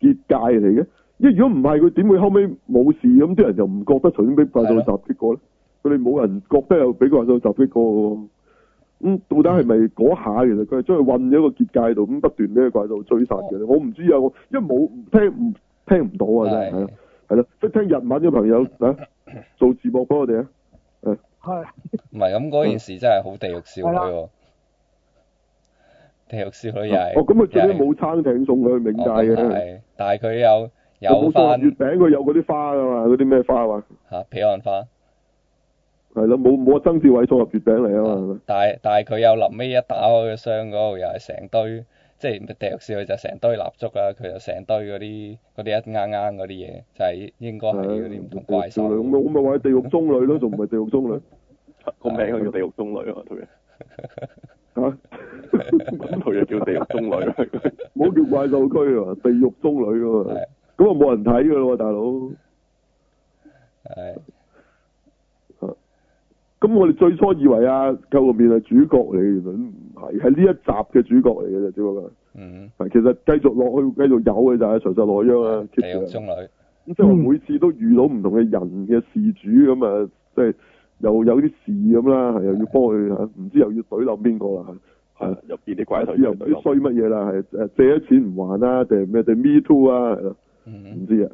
結界嚟嗯嘅？因為如果唔係，佢點會後尾冇事咁？啲人就唔覺得曾經俾怪獸襲擊過咧？佢哋冇人覺得有俾怪獸襲擊過喎。咁到底係咪嗰下其實佢係將佢混咗一個結界度，咁不斷俾怪獸追殺嘅咧？我唔知啊，我因為冇聽唔聽唔到啊，真係係啊係係咯，識聽日文嘅朋友啊，做字幕俾我哋啊！係唔係咁嗰件事真係好地獄少女喎，地獄少女又係哦，咁佢最又尾係冇撐艇送佢去冥界哦咁嘅。係但係佢有有冇送翻月餅，佢有嗰啲花噶嘛，嗰啲咩花啊？嚇彼岸花，係咯，冇冇阿曾志偉送入月餅嚟啊嘛，但係但係佢有臨尾一打開個箱嗰度又係成堆，即係地獄少女就成堆蠟燭啦，佢就成堆嗰啲嗰啲一啱啱嗰啲嘢，就係應該係係咪？啊嗰啲唔同怪少女咁咪獸。咁咪話地獄中女咯，仲唔係地獄中 [laughs] 女個名佢叫地獄中女啊， [laughs] 套嘢，嚇？咁套嘢叫地獄中女。唔好叫怪獸區啊，地獄中女啊嘛係，咁啊冇人睇噶啦喎，大佬。係咁我哋最初以為啊，救個面係主角嚟嘅，原來唔係，係呢一集嘅主角嚟嘅啫，只不過係。嗯，係其實繼續落去，繼續有嘅就係長壽內央啊地 keep 住啊獄中女。咁即係話每次都遇到唔同嘅人嘅事主咁啊，即係又有啲事咁啦，係又要幫佢嚇，唔知又要懟冧邊個啦，係啊入邊啲怪 [laughs] 係又獸唔知衰乜嘢啦，係誒借咗錢唔還啦，定係咩定 me too 啊，係啦嗯唔知啊。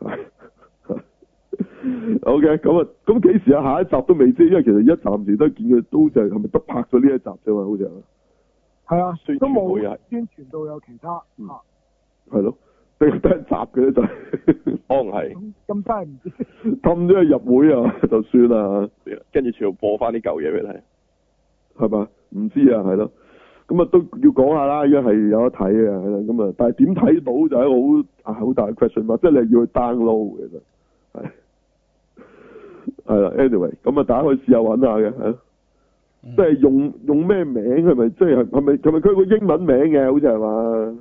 係 [laughs] O.K. 咁啊，咁幾時啊？下一集都未知，因為其實一暫時都見佢都就係係咪得拍咗呢一集啫嘛，好似係嘛係啊宣，傳都到又冇係宣傳到有其他嗯啊係咯，定係得一集嘅咧就係 [laughs] 可能係咁咁真係唔知 [laughs] 氹咗佢入會啊，就算啦。跟住全部播翻啲舊嘢俾你睇。係嘛？唔知啊，係咯。咁啊都要講下啦，因為係有得睇嘅，係啦咁啊，但係點睇到就係一個好啊好大嘅 question mark，即係你要去 download 其實係係啦，anyway，咁啊大家可以試下揾下嘅，係咯嗯即係用用咩名係咪？即係係咪係咪佢有個英文名嘅？好似係嘛？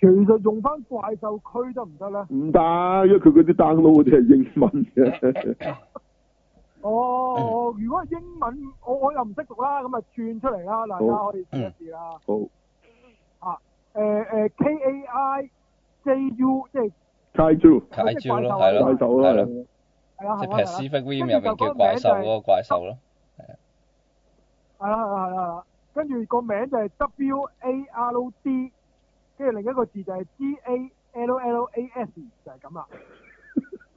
其實用翻怪獸區得唔得咧？唔得，因為佢嗰啲 download 嗰啲係英文嘅。 [laughs] 哦，如果係英文，我我又唔識讀啦，咁啊轉出嚟啦，大家可以試一試啦。好誒誒，K A I J U 即係，Kaiju 怪豬咯，怪係怪咯，獸係啦咯，，係啦係即係啦係啦 Pacific Rim 跟入住面就叫嗰個怪名就獸係嗰個怪獸咯，係啦係啦係啦，跟住個名就係 W A R D，跟住另一個字就係 G A L L A S，就係咁啦。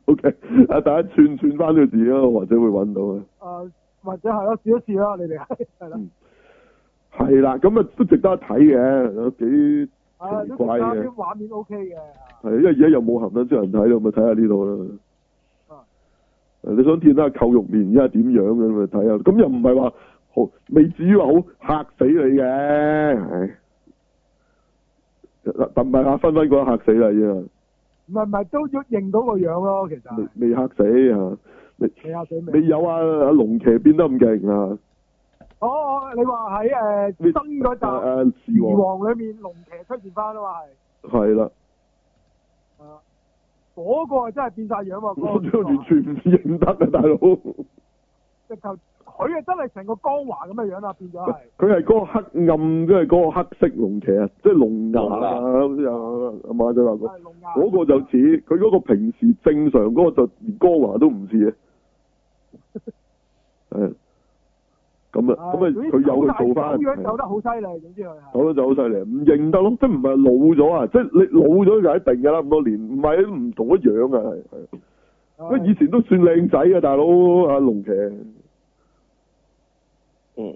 ，OK，啊大家串串翻呢個字啊，或者會揾到啊。誒或者係咯，試一試啦，你哋 [laughs] 係係啦嗯。係啦，咁啊都值得一睇嘅，幾啊，都奇其怪他嘅啲畫面 OK 嘅，係，因為而家又冇含得出人睇咯，咪睇下呢度啦。啊你想見下扣肉面而家點樣嘅咪睇下，咁又唔係話好，未至於話好嚇死你嘅，唉但唔係啊嚇分分嗰一嚇死啦已經，唔係唔係都要認到個樣咯，其實未未嚇死嚇，未你阿死未未？有啊阿龍騎變得咁勁啊！哦哦，你話喺誒你新嗰啊集啊《時二王王》裏面龍騎出現翻啊嘛係，係啦，啊嗰個真係變晒 [laughs] 樣喎，我嗰都個完全唔認得啊，大佬！直頭佢啊真係成個江華咁嘅樣啦，變咗 [laughs] 係。佢係嗰個黑暗，即係嗰個黑色龍騎啊，即係龍牙啊！好似阿阿馬仔話嗰係龍牙嗰個就似，佢嗰個平時正常嗰個就連江華都唔似嘅， [laughs] 係咁啊，咁啊係佢有佢做翻，走樣走係得好犀利，總之佢係。走得就好犀利，唔認得咯，即係唔係老咗啊，即係你老咗就一定㗎啦，咁多年唔係唔同咗樣啊，係啊係，因為以前都算靚仔啊，大佬阿龍騎，嗯，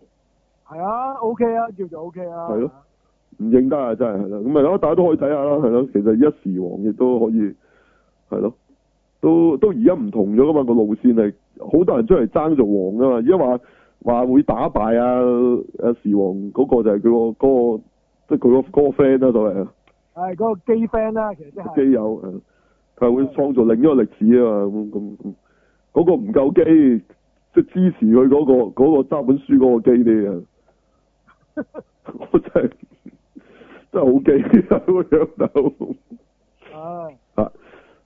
係啊，OK 啊，叫做 OK 啊。係咯。唔認得啊，真係係啦，咁啊，大家都可以睇下啦，係咯，其實一時王亦都可以係咯，都都而家唔同咗噶嘛個路線係，好多人出嚟爭做王噶嘛，而家話話會打敗啊啊時王嗰個就係佢個嗰個即係佢個嗰個 friend 啦所謂啊係嗰個機 friend 啦，其實即係。基友，係呃佢係會創造另一個歷史啊嘛，咁咁咁嗰個唔夠基，即係支持佢嗰、個嗰、個揸本書嗰個基啲啊，我真係真係好基啊個樣頭。唉。啊，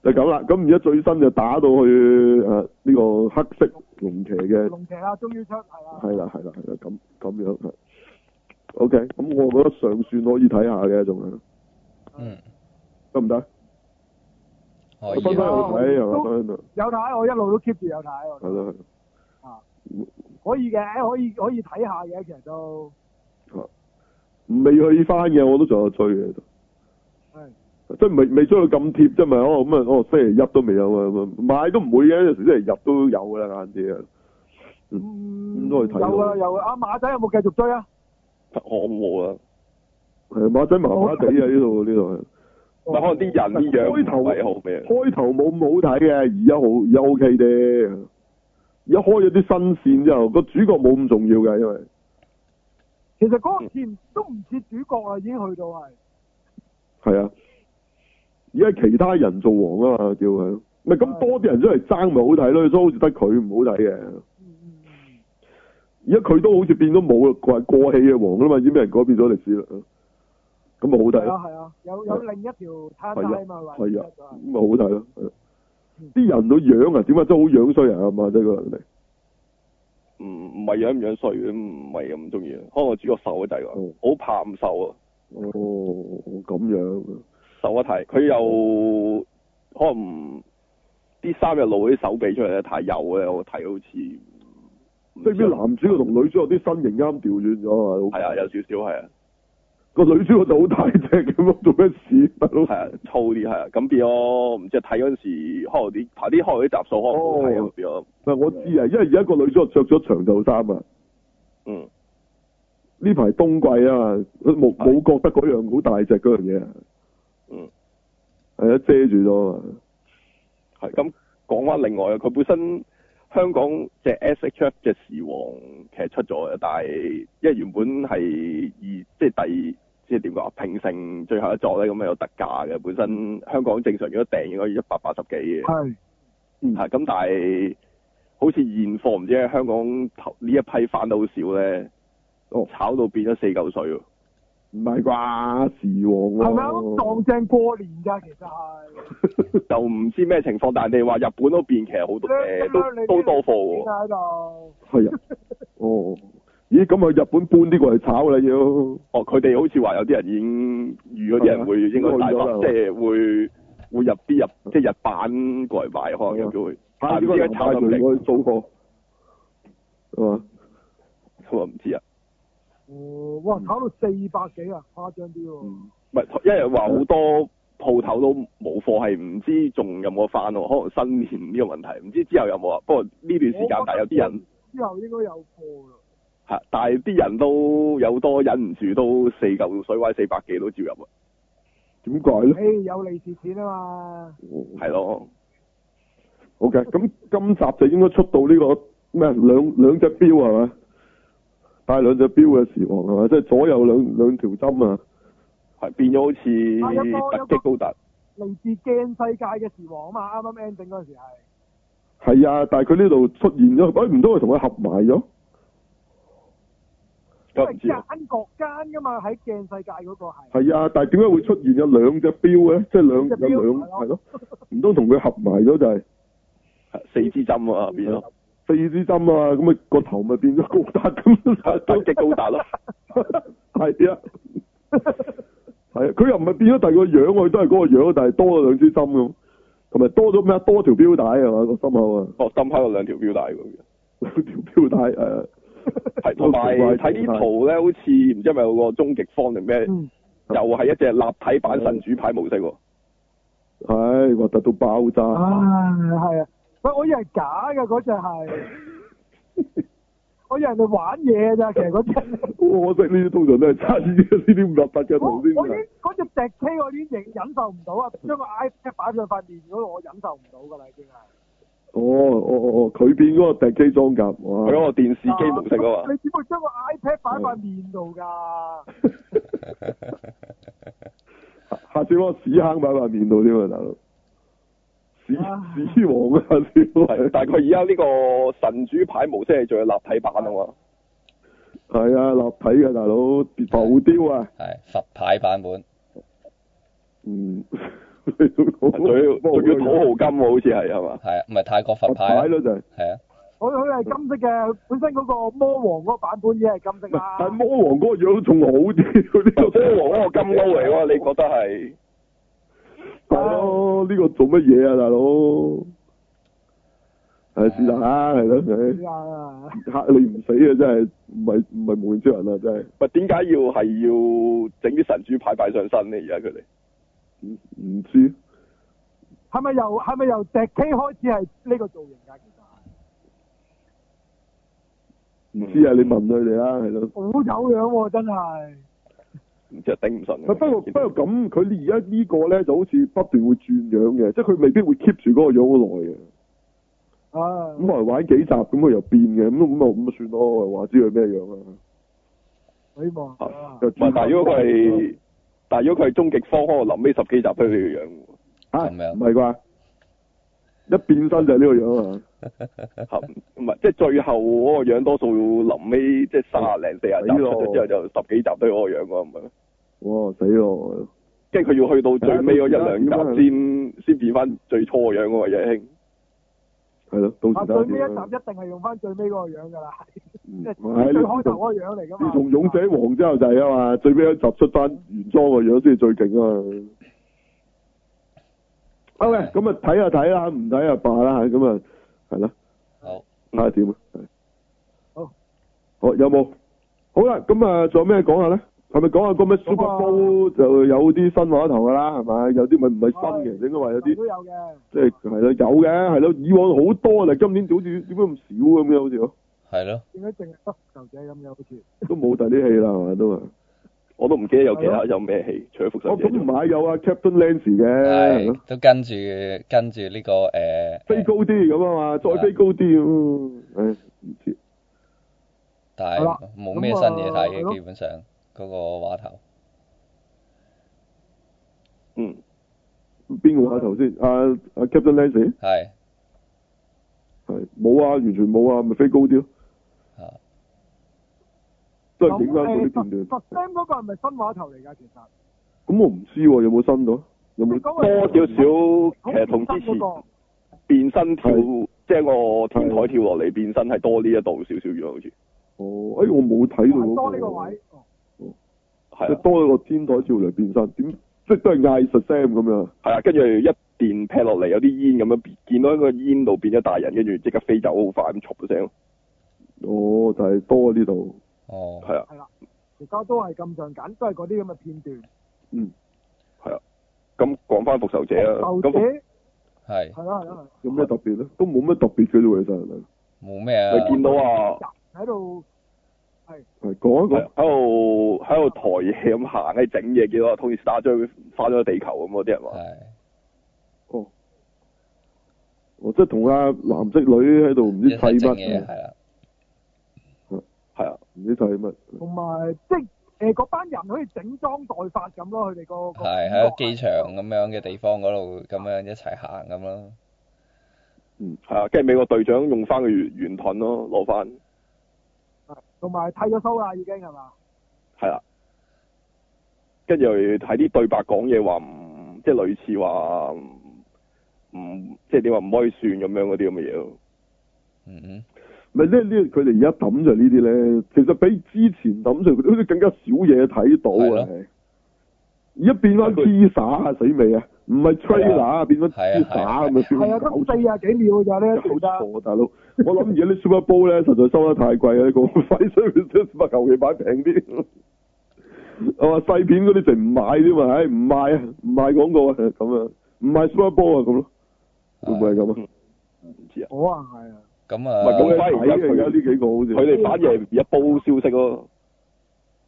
就咁啦。咁而家最新就打到去呃誒呢、個黑色龍騎嘅，龍騎啊啦，終於出係啦。係啦係啦係啦，咁咁樣。O K，咁我覺得尚算可以睇下嘅，仲係嗯，得唔得？可分以分去啊，睇係嘛？都分分去有睇，我一路都 keep 住有睇。我係咯係咯。可以嘅，可以可以睇下嘅，其實都啊未去翻嘅，我都仲有追嘅，係即係未未追到咁貼啫嘛。哦咁啊，哦星期一都未有啊，咁啊買都唔會嘅，有時星期日都有㗎啦，晏啲啊。嗯咁都可以睇到有啊有啊，阿馬仔有冇繼續追啊？我冇啊，係馬仔麻麻地啊，呢度呢度係。唔係哦可能啲人啲樣唔係好咩？哦開頭冇咁好睇嘅，而家好而家 OK 啲。而家開咗啲新線之後，個主角冇咁重要嘅，因為其實嗰個似都唔似主角啊啦，已經去到係係啊，而家其他人做王啊嘛，叫佢。唔係咁係多啲人出嚟爭咪好睇咯，所以好似得佢唔好睇嘅。嗯嗯嗯而家佢都好似變咗冇啊啦，過過氣嘅王啦嘛，已經俾人改變咗歷史啦。嗯咁咪好睇係咯，啊係啊，有有另一條攤係帶啊啊嘛，話係啊就，係咁咪好睇咯。係啊嗯啲人個樣啊，點解真係好樣衰人啊嘛，即係個人哋。唔唔係樣唔樣衰，唔係咁中意。啊可能我主角瘦咗滯嗯喎，好怕唔瘦啊，哦，咁樣啊。瘦一提，佢又可能唔啲衫又露啲手臂出嚟咧，太幼咧，我睇好似唔即係啲男主角同女主角啲身形啱調轉咗啊！係啊，有少少係啊，個女主角就好大隻咁啊咯，做咩事大佬？係啊，粗啲係啊，咁變咗唔知睇嗰陣時，可能啲排啲可能啲集數可能好睇哦啊，變咗嗱，我知啊，因為而家個女主角着咗長袖衫啊，嗯呢排冬季啊嘛，佢冇係冇覺得嗰樣好大隻嗰樣嘢啊，嗯。係啊遮住咗啊嘛，係咁講翻另外啊，佢本身香港隻 S.H.F 嘅時王其實出咗嘅，但係因為原本係二即係第即係點講啊平成最後一作咧，咁有特價嘅，本身香港正常如果訂應該一百八十幾嘅，係嗯係咁但係好似現貨唔知喺香港頭呢一批翻得好少咧，哦炒到變咗四嚿水喎。唔係啩？時王喎，係咪啊？撞正過年㗎，其實係。就唔知咩情況，但係你話日本嗰邊其實 [laughs] 好多誒都都多貨喎。喺度。係啊，哦，咦，咁去日本搬呢個嚟炒啦要，哦，佢哋好似話有啲人已經預咗啲人會應該大係啊翻，即係會會入啲日即係日版過嚟賣，可能有機會。啊但係唔知點解炒派咁雷勁，我去掃貨，係嘛？我唔知啊。哦，哇！炒到四百幾啊，誇張啲喎。唔係，因為話好多鋪頭都冇貨，係唔知仲有冇翻喎。可能新年呢個問題，唔知之後有冇啊。不過呢段時間，但係有啲人之後應該有貨啦。嚇，但係啲人都有好多忍唔住都四嚿水位四百幾都照入啊，點解咧？誒，有利是錢啊嘛。嗯係咯。好嘅，咁今集就應該出到呢、個咩兩兩隻錶係咪？帶兩隻錶嘅時王係咪？即係左右兩兩條針啊！係變咗好啊有個有似個突擊高達，嚟自鏡世界嘅時王啊嘛，啱啱 ending 嗰陣時係。係啊，但係佢呢度出現咗，哎唔通佢同佢合埋咗？因咁為唔知啊間國間㗎嘛，喺鏡世界嗰個係。係啊，但係點解會出現有兩隻錶咧？即係兩隻錶有兩係係咯咯，唔通同佢合埋咗就係、四支針啊變咗四支針啊！咁啊個頭咪變咗高達 [laughs] 咁，突擊高達咯，係啊，係啊，佢又唔係變咗第二個樣喎，佢都係嗰個樣，但係多咗兩支針咁，同埋多咗咩啊？多條錶帶啊嘛，個心口啊， [laughs] 哦針開有兩條表帶喎，兩條錶帶誒，係 [laughs] 同埋睇呢圖咧，好似唔知係咪有個終極方定咩，嗯又係一隻立體版神主牌模式喎，唉，核突到爆炸，啊，係啊！喂，我以為假嘅嗰只係， [laughs] 我以為你玩嘢㗎咋，其實嗰只。我識呢啲通常都係差呢啲呢啲唔核突嘅我哦圖先啊我已㗎經嗰只石 K 我已經忍忍受唔到啊！將個 iPad 擺上塊面嗰度，我忍受唔到㗎啦，已經係。哦哦哦哦，佢變嗰個敵機裝甲，佢哇！嗰個電視機模式啊嘛，你只會將個 iPad 擺塊面度㗎，下次我屎坑擺塊面度添啊，大佬，啊屎屎王啊，下次都係係但係佢而家呢個神主牌模式係仲有立體版啊嘛，係啊，立體嘅大佬，浮雕啊！係佛牌版本，嗯， [laughs] 你仲好仲要仲要土豪金喎，好似係係嘛，係啊，唔係泰國佛佛牌啊牌，咯就係，係啊，佢佢係金色嘅，佢本身嗰個魔王嗰個版本已經係金色啦。但係魔王嗰個樣仲好啲，佢呢魔個王 [laughs] 嗰個金鈎嚟喎，你覺得係？係咯，呢個做乜嘢啊，大佬？係是但啦，係咯，啊，嚇你唔死啊，真係唔係唔係無面超人啊，真係喂，點解要係要整啲神主牌擺上身咧？而家佢哋？唔唔知，係咪由係咪由石 K 開始係呢個造型㗎？唔其實係。嗯知啊，你問佢哋啦，係咯。好有樣喎、真係。唔知係頂唔順嗯不喎。過不過咁，佢而家呢個咧就好似不斷會轉樣嘅，即係佢未必會 keep 住嗰個樣好耐嘅。啊，咁可能玩幾集咁佢又變嘅，咁咁啊咁啊算咯，話知佢咩樣啊啦。希望。啊啊唔係，但係如果佢係，但係如果佢係終極方，可能臨尾十幾集都係呢個樣喎啊咁樣唔係啩？一變身就係呢個樣啊！嚇唔係即係最後嗰個樣，多數臨尾即係三廿零四廿集出咗之後，就十幾集都係嗰個樣喎，唔係咩？哇死咯！跟住佢要去到最尾嗰一兩集先先變翻最初嘅樣喎，日興。係咯，到啊，時最尾一集睇下一定係用翻最尾嗰個樣㗎啦，即嗯係係最呢開頭啊同嗰個樣嚟㗎呢嘛。同勇者王之後就係啊嘛，最尾一集出翻原裝個樣先係最勁啊嘛！好嘅，咁啊睇下睇啦，唔睇啊罷啦，咁啊係啦，好，睇下點啊！好，好有冇？好啦，咁啊仲有咩講下咧？係咪講下嗰咩 Super 咁啊 Bowl 就有啲新話頭㗎啦？係咪？有啲咪唔係新啊嘅，應該話有啲。都有嘅。即係係咯，有嘅係咯，以往好多啦，今年好似點解咁少咁樣，好似哦係咯，點解淨係得牛仔咁樣好似？都冇第啲戲啦，係嘛都係。啊我都唔記得有其係他咯有咩戲，除咗復哦，仇者咁唔之外。係有啊 Captain Lance 嘅係，都跟住跟住呢、個誒、呃飛高啲咁啊嘛，再飛高啲咁，唉唔知但係啦係冇咩新嘢睇咁啊係咯嘅，基本上嗰、個話頭嗯，邊個啊頭先啊啊 Captain Lance 係係冇啊，完全冇啊，咪飛高啲咯，啊都係影翻嗰啲片段。十哦 Sam 嗰個係咪新話頭嚟㗎？其實咁我唔知喎，有冇新到？有冇多多少少其實同之前變身跳，係即係我天台跳落嚟變身係多呢一度少少咗，好似哦，哎，我冇睇到嗰個多呢個位，哦係就啊多咗個天台少嚟變身，點即係都係嗌實聲咁樣。係啊，跟住一電劈落嚟有啲煙咁樣，見到一個煙度變咗大人，跟住即刻飛走好快咁，嘈一聲，哦，就係多呢度，哦係啊，係啦，其他都係咁上緊，都係嗰啲咁嘅片段。嗯，咁講翻復仇者啊，受咁者復係係啦係啦有咩特別咧？都冇乜特別嘅啫喎，其實冇咩啊你見到啊係，啦，人喺度係係講一係講啊，喺度喺度抬戲咁行，喺整嘢，見到啊 Tony Star 將翻咗地球咁嗰啲人話，係啊哦，我即係同阿藍色女喺度唔一知砌齊整嘢乜，嗯係啦，係啊，唔知砌乜，同埋即係誒嗰班人好似整裝待發咁咯，佢哋個啊個係喺個機場咁樣嘅地方嗰度咁樣一齊行咁咯，係啊，跟住美國隊長用翻個圓圓盾咯，攞翻，係同埋剃咗須啦已經係嘛？係啦，跟住睇啲對白講嘢話唔，即係類似話唔唔，即係點話唔可以算咁樣嗰啲咁嘅嘢咯，嗯嗯咪呢呢佢哋而家抌就呢啲咧，其實比之前抌就好似更加少嘢睇係到啊咯！係而家變翻佢 pizza 啊，死未啊？唔係 trailer 啊，變咗係啊 pizza 係啊咁咪嗯變係啊，咗得搞四啊幾秒㗎咋 [laughs] 呢一搞段得？錯啊，大佬！我諗而家啲 Super Bowl 咧，實在收得太貴啊！呢個 [laughs] 費所以 [laughs] 佢求其擺平啲。 [laughs] 我話細片嗰啲就唔買添嘛，唉，唔賣啊，唔賣廣告啊，咁啊，唔賣 Super Bowl 啊，咁咯，會唔會係咁啊？唔知啊，我啊係啊，嗯咁唔係啊咁冇睇啊，而家呢幾個好似佢哋反而係而家煲消息咯，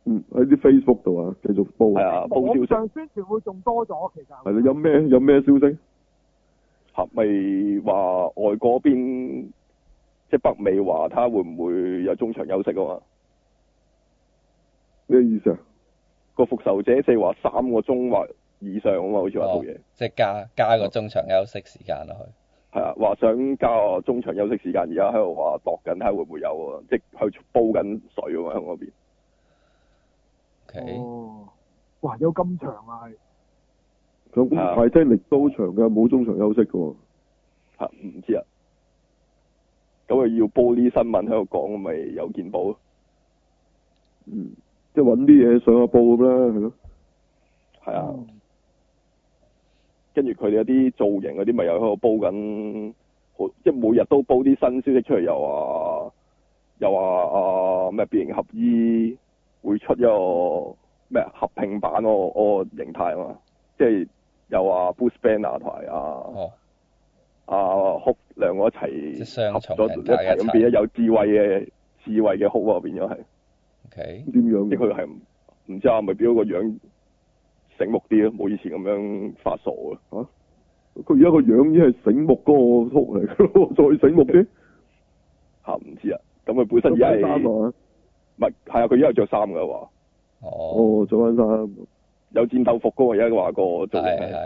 嗯喺啲 Facebook 度啊，繼續煲係啊，煲消網息上宣傳會仲多咗其係實。哦啦，有咩有咩消息？嚇，咪話外國嗰邊即係北美話，睇下會唔會有中場休息啊嘛？咩意思啊？個復仇者四話三個鐘或以上啊嘛，好似話套嘢，即係加加個中場休息時間落去，係啊，話想加個中場休息時間，而家喺度話度緊，睇下會唔會有啊，即係去煲緊水啊嘛，香港嗰邊。 OK 哦，哇！有咁長啊，係咁係啊排聽力都好長嘅，冇中場休息嘅喎。嚇唔知啊。咁啊，要煲啲新聞喺度講，咪有見報咯。嗯，即係揾啲嘢上下報咁啦，係咯。係啊，嗯跟住佢哋有啲造型嗰啲，咪又喺度煲緊，好即係每日都煲啲新消息出嚟，又話又話啊咩變形合衣會出一個咩合拼版嗰個嗰個形態啊嘛，即係又話 Bruce Banner 同埋啊哦啊 h 兩個一即係齊雙合重咗人一格一齊咁齊變咗有智慧嘅智慧嘅 h 啊，變咗係， OK 點樣啊即嘅？係佢係唔唔知啊，咪變咗個樣醒目啲咯，冇以前咁樣發傻啊咯。佢而家個樣已經係醒目嗰個哭嚟嘅咯，再醒目啲。嚇唔知啊，咁佢本身而家着係哦返。衫啊！唔係，係啊，佢而家有着衫噶話，哦哦，着翻衫。有戰鬥服噶喎，而家話個造係係型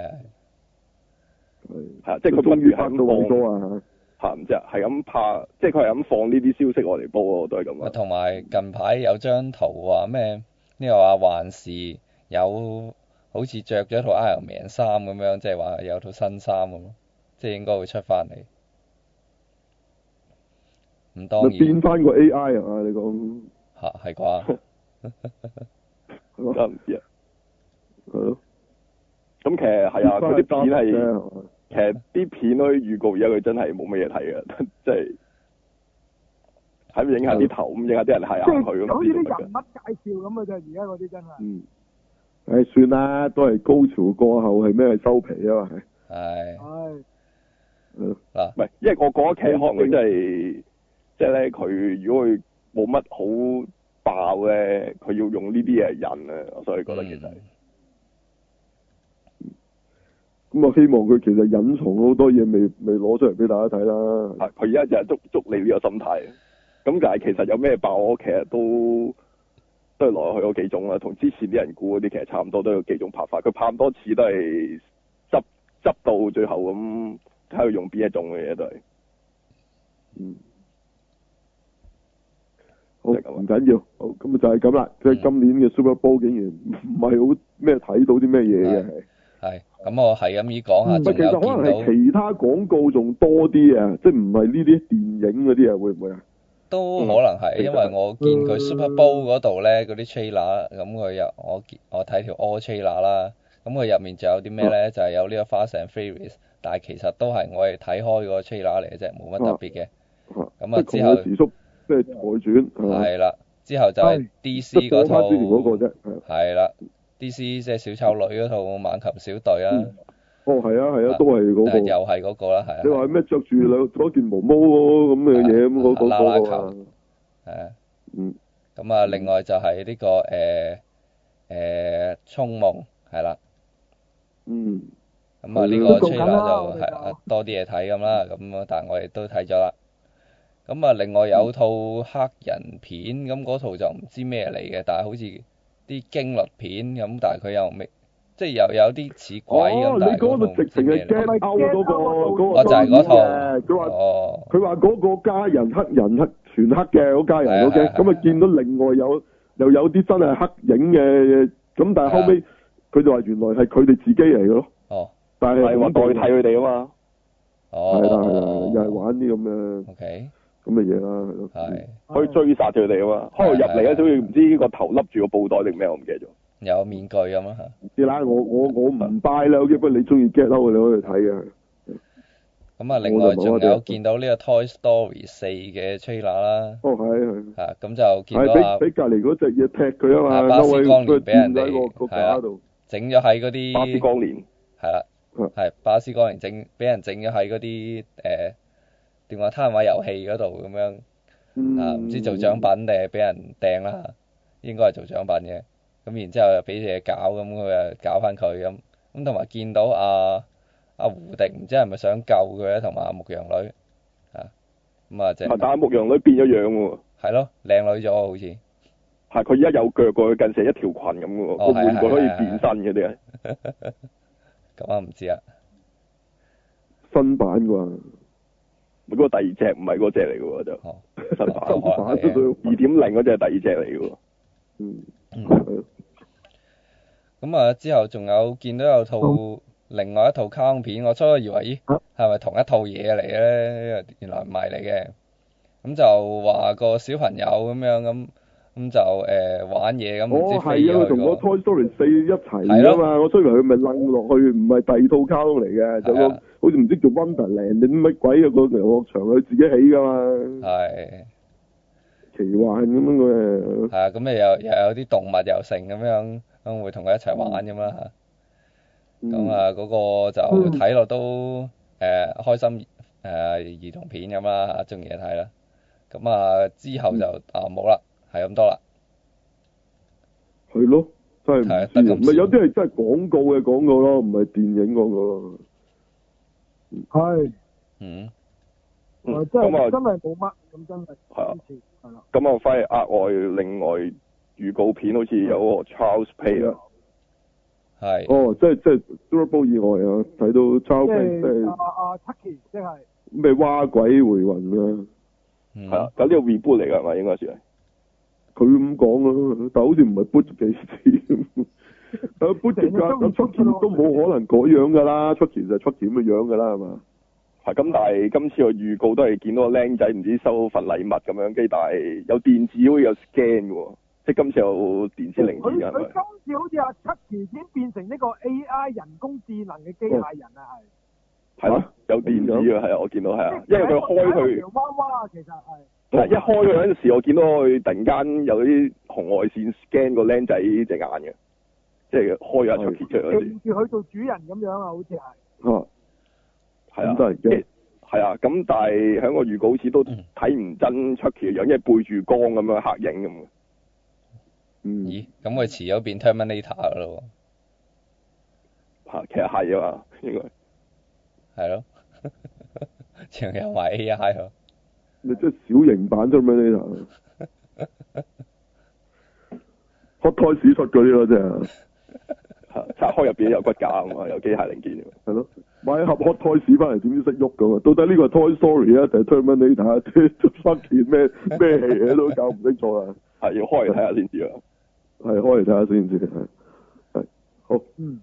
係係啊，即即係佢不終於如翻係到偉咁哥啊！放，嚇唔知啊，係咁拍，即係佢係咁放呢啲消息我嚟煲咯，都係咁咪啊。 [laughs] 同埋近排有張圖話咩？呢個話幻視有好似着咗套 Iron Man 衫咁樣，即係話有套新衫咁咯，即係應該會出翻嚟。唔當咪變然翻個 AI 啊！你講嚇係 [laughs] 啩？係咯真係唔知啊。係咯。咁其實係啊，佢啲片變返係個啊 Dark 啫嘛其實啲片嗰啲預告而家佢真係冇乜嘢睇嘅， [laughs] 即係喺度影下啲頭，咁影下啲人係即行去係好似咁啲樣人物介紹咁嘅啫，而家嗰啲真係。嗯。唉，算啦，都係高潮過後係咩？係收皮啊嘛，係嗯係唉，係咯。嗱唔係，因為我覺得其實可能佢真係即係咧，佢如果佢冇乜好爆咧，佢要用呢啲嘢引啊，所以覺得其實係。嗯咁我希望佢其實隱藏好多嘢，未未攞出嚟俾大家睇啦。啊！佢而家就係捉捉你呢個心態。咁但係其實有咩爆，我其實都都係來來去嗰幾種啦，同之前啲人估嗰啲其實差唔多，都有幾種拍法。佢拍咁多次都係執執到最後咁，睇佢用邊一種嘅嘢都係。嗯，好就係咁啊嗯唔緊要，好咁就係咁啦。即係今年嘅 Super Bowl 竟然唔係好咩睇到啲咩嘢嘅，係係咁我係咁依講下，嗯唔係仲嗯其有實可能係見到其他廣告仲多啲啊，即係唔係呢啲電影嗰啲啊，會唔會啊？都可能係，嗯因為我見佢 Super Bowl 嗰度咧嗰啲 trailer，咁佢入我見我睇條 all trailer 啦，咁佢入面仲有啲咩啊咧？就係有呢個 Fast and Furious，但係其實都係我哋睇開個 trailer 嚟嘅啫，冇乜啊特別嘅。咁啊即之係後同佢時速即係外傳係嘛係啦，之後就係啊係 DC 即係嗰過套翻之前嗰個啫。係啊係啦，DC 即係小丑女嗰套猛禽小隊啦，哦，係啊，係啊啊，都係嗰但係個。又係嗰個啦，係你話啊，咩着住兩嗰件毛毛咁嘅嘢咁嗰嗰啊啦啦嗰個啊球？係啊。嗯，咁啊，另外就係呢、個誒誒衝夢係啦，嗯，咁啊呢嗯個都做 trailer 緊啦我哋就係就啊多啲嘢睇咁啦，咁啊但係我哋都睇咗啦。咁啊，另外嗯有套黑人片，咁嗰套就唔知咩嚟嘅，但係好似啲驚慄片咁，但係佢又未，即係又有啲似鬼哦咁，，你但係嗰套度唔直知情咩係 get 嚟。咪 out 嗰個 get out 嗰個我就係嗰套佢話哦，佢話嗰個家人黑人黑全黑嘅嗰家係啊人，OK，係啊咁係啊啊見到另外有又有啲真係黑影嘅，咁但啊係後尾佢就話原來係佢哋自己嚟嘅咯，哦，但係係話嗯代替係啦佢哋啊嘛。哦，係啦，哦又係玩啲咁嘅 OK，咁嘅嘢啦，係咯，係可以追殺佢哋啊嘛，開頭入嚟係係咧，好似唔知個頭笠住個布袋定咩，我唔記得咗。有面具咁啦嚇。唔知啦，我我我唔 buy 啦，OK，不過你中意 get out 你可以睇嘅，咁啊，另外仲我就冇乜有嘢見到呢個 Toy Story 四嘅 trailer 啦，哦係係。啊咁就見到啊係俾俾隔離嗰只嘢踢佢啊啊嘛，巴斯歐偉光年佢俾人墊哋喺個個係啊架度，整咗喺嗰巴斯啲光年係啦，嗯係巴斯光年整俾人整咗喺嗰啲誒電話攤位遊戲嗰度咁樣啊，唔唔知做獎品定係俾人掟啦，應該係做獎品嘅。咁然之後又俾嘢搞，咁佢又搞翻佢咁，咁同埋見到阿阿胡迪唔知係咪想救佢咧，同埋阿牧羊女啊，咁啊即但係係牧羊女變咗樣喎，係咯，靚女咗喎好似。係佢而家有腳過佢近成一條裙咁嘅喎，哦個係換係佢可以係變身嘅啲係。咁啊唔知啊，嗯新版啩，嗰個第二隻唔係嗰隻嚟嘅喎，就哦，新新 [laughs] 版哦版都二點零嗰隻係第二隻嚟嘅喎。嗯，嗯係咯咁啊之後仲有見到有套另外一套卡通片，我初初以為咦啊係咪同一套嘢嚟咧？原來唔係嚟嘅，咁就話個小朋友咁樣咁咁就誒、呃玩嘢咁唔哦知係飛啊，佢咗同去個個 Toy Story 四一齊係咯㗎嘛，我雖然佢咪楞落去，唔係第二套卡通嚟嘅，就係個啊好似唔知叫 Wonderland 定乜鬼啊個遊樂場，佢自己起㗎嘛，係奇幻咁樣嘅，係啊，咁又又有啲動物又成咁樣，咁會同佢一齊玩咁啦嚇。嗯咁，啊，嗰個就睇落都誒開心誒兒童片咁啦嚇，中意睇啦。咁啊之後就啊冇啦，係咁多啦。係咯。真係唔係啊知得啊，咁唔係少有啲係真係廣告嘅廣告咯，唔係電影廣告咯。係，嗯，嗯誒真係咁真啊，係冇乜，咁真係係啊，今次係啦，咁啊，反而額外另外預告片好似有個 Charles Pay 啊，係哦，即係即係 Durable 意外啊！睇到即 Child Play 即係係阿阿 Chucky，即係咩蛙鬼回魂啊！嗯係啊，咁呢個 reboot 嚟㗎係咪應該算係？佢咁講咯，但好似唔係 boot 咗幾次。但 boot 咗架咁出奇都冇可能嗰樣㗎啦，出奇就係出奇咁嘅樣㗎啦，係嘛？係咁，但係今次個預告都係見到個僆仔唔知收份禮物咁樣，跟住但係有電子好似有 scan 嘅喎，即係今次有電子零佢件㗎係咪？哦佢今次好似阿 Chucky 已經變成呢個 AI 人工智能嘅機械人啊，係。係咯，有電子嘅係啊，我見到係啊，因為佢開佢洋娃娃啊其實係係一開佢嗰陣時，我見到佢突然間有啲紅外線 scan 個僆仔隻眼嘅，即係開咗出出嚟嗰時，認住佢做主人咁樣啊，好似係。嚇，係啊咁都係，即嘅係係啊，咁但係喺個預告好似都睇唔真出奇嘅樣，因為背住光咁樣黑影咁嘅，嗯，咦，咁佢遲咗變 Terminator 噶咯嚇其實係啊嘛，應該喎，係咯， [laughs] 仲有埋 AI 喎，咪即係小型版 Terminator。學胎史術嗰啲咯，即係嚇拆開入邊有骨架 [laughs] 啊嘛，有機械零件啊嘛。係咯，買盒學胎史翻嚟，點知識喐咁啊？到底呢個係 Toy Story 啊，定係 Terminator 啊？fucking 咩咩戲啊都搞唔清楚啦。係要開嚟睇下先知啊！係開嚟睇下先先，係係好嗯，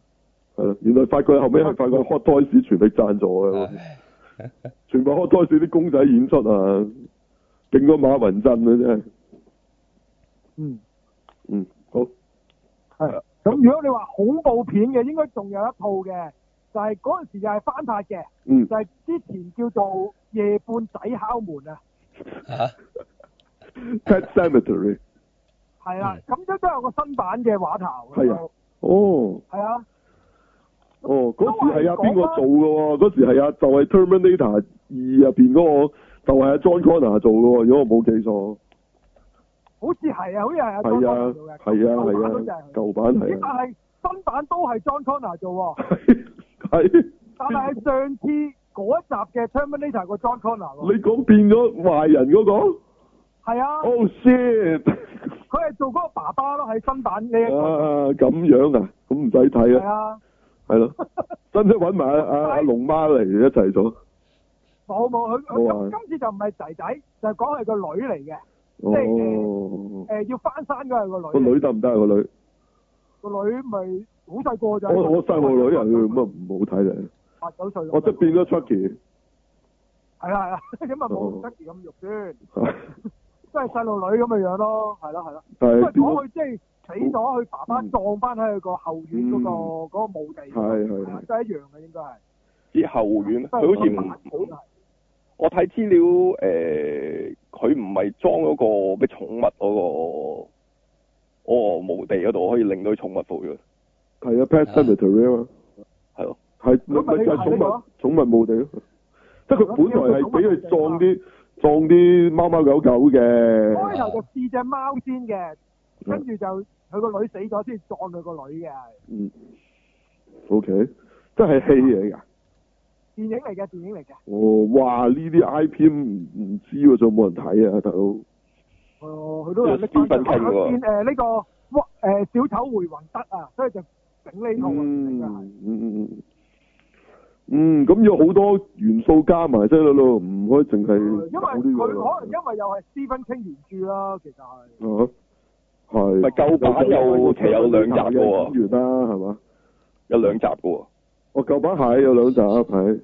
係咯。呃原來發覺後尾係發覺 Hot Toys 全力贊助嘅，唉全部 Hot Toys 啲公仔演出啊，勁過馬雲振啊真係。嗯，嗯，好係。咁如果你話恐怖片嘅，應該仲有一套嘅，就係嗰陣時又係翻拍嘅，嗯就係、之前叫做《夜半仔敲門》啊。嚇 Pet Cemetery 係啦嗯，咁都都有個新版嘅畫頭。係啊哦。係啊，哦，嗰時係啊，都邊係講個返做嘅喎？嗰時係啊，就係、Terminator 二入邊嗰個，就係、阿 John Connor 做嘅喎。如果我冇記錯，好似係啊，好似係啊，John 係啊 Connor 做嘅，，係舊版啊，係啊舊版嗰隻係佢，咦係但啊，係新版都係 John Connor 做喎， [laughs] 係但係上次嗰一集嘅 Terminator 個 John Connor 你喎，講變咗壞人嗰、個係啊， ？Oh shit！佢係做嗰個爸爸咯，喺新版呢一個，啊，咁樣啊，咁唔使睇係啊，啊，係咯， [laughs] 使唔使揾埋阿阿阿龍媽嚟一齊做？冇冇佢冇佢啊今今次就唔係仔仔，就係講係個女嚟嘅，哦，誒要翻山嗰係個個女，女得唔得啊？個女，個女咪好細個就，我我細個女啊，佢咁啊唔好睇啦。八九歲，我即係變咗 [laughs] Chucky。係啦係啦，咁啊 [laughs] 哦冇得咁肉酸。係即係細路女咁嘅樣咯，係咯係咯。因為啊變咗講佢即係死咗，佢爸爸呃嗯撞翻喺佢個後院嗰個嗯嗰個墓地，係係嗯係啊係都係一樣嘅應該係。啲後哦院，佢好似唔嗯似我睇資料誒，佢唔係裝嗰個咩寵物嗰、個，哦墓地嗰度可以令到啲寵物復活，係啊，pet cemetery 啊嘛，係咯，係咪咁咪咪就係你寵話物寵物墓地咯，即係佢本來係俾佢撞啊啲撞啲貓貓狗狗嘅，開頭就試只貓先嘅，跟住就佢個女死咗先撞佢個女嘅，嗯，OK，即係戲嚟㗎。電影嚟嘅電影嚟嘅。哦，哇！呢啲 I P 唔唔知喎，仲有冇人睇啊，大佬？哦，佢都有拎翻有 Stephen King 喎變呃誒呢個哇誒小丑回魂得啊，所以就整呢套啊，應該係嗯嗯嗯嗯，嗯，咁要好多元素加埋先得咯，唔可以淨係哦因為搞呢個佢可能因為又係 Stephen King 原著啦，其實係。啊，係咪舊版有其實有兩集嘅喎演員啦，係嘛？有兩集嘅喎。我舊版係有兩集係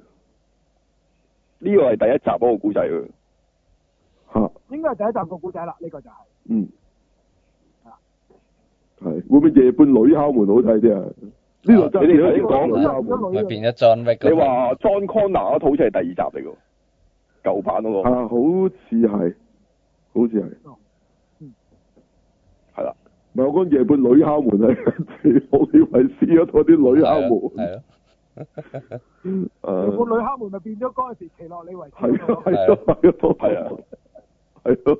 呢個係第一集嗰個故仔喎，嚇，應該係第一集個古仔啦，呢、個就係、嗯，係會唔會夜半女敲門好睇啲啊？呢度真係你哋頭有先講女敲門咪變咗 John Wick 你咁啊話 John Connor 嗰套好似係第二集嚟嘅喎，舊版嗰、個啊，好似係，好似係，係啦，唔係我講夜半女敲門係我以為試咗嗰啲女敲係門，咯，誒有個女敲門咪變咗嗰陣時奇洛李維斯係嗰啊個，係啊係係啊啊係咯，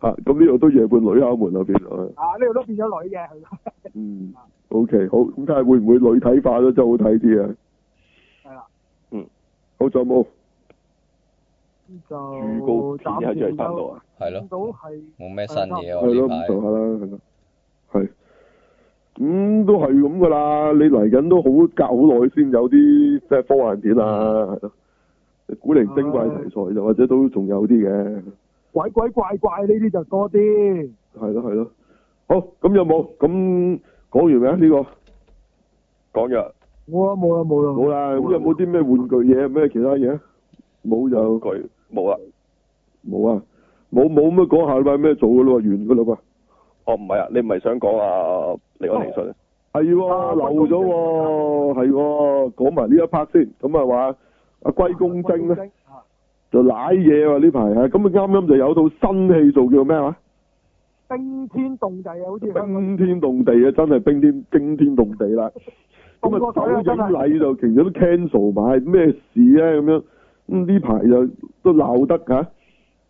啊咁呢度都夜半女敲門啊變咗。啊呢度都變咗女嘅佢，嗯，OK，好，咁睇下會唔會女體化咗真係好睇啲啊？係啦，好，仲有冇？咁哦預告就片喺暫時最新度啊，係見咯，到係冇咩新嘢係咯，唔喎呢排上，下啦，係咯，係，咁都係咁噶啦。你嚟緊都好隔好耐先有啲即係科幻片啊，係咯，古靈精怪題材就或者都仲有啲嘅，鬼鬼怪怪呢啲就多啲，係咯係咯。好，咁有冇？咁講完未啊？呢個講咗冇啦冇啦冇啦，好啦。咁有冇啲咩玩具嘢？咩其他嘢？冇就佢冇啦，冇啊，冇冇咁啊！講下禮拜咩做噶啦，完噶啦噃。哦唔係啊，你唔係想講啊李安尼信啊？係喎，啊漏咗喎，係喎，講埋呢一 part 先，咁啊話阿龜公精咧啊就舐嘢喎呢排啊，咁啊啱啱就有套新戲做叫咩話？冰天動地啊，好似香冰港天動地啊，真係冰天驚天動地啦！咁凍啊過水首啊真映係禮就其實都 cancel 埋，咩事啊咧咁樣？咁呢排就都鬧得嚇，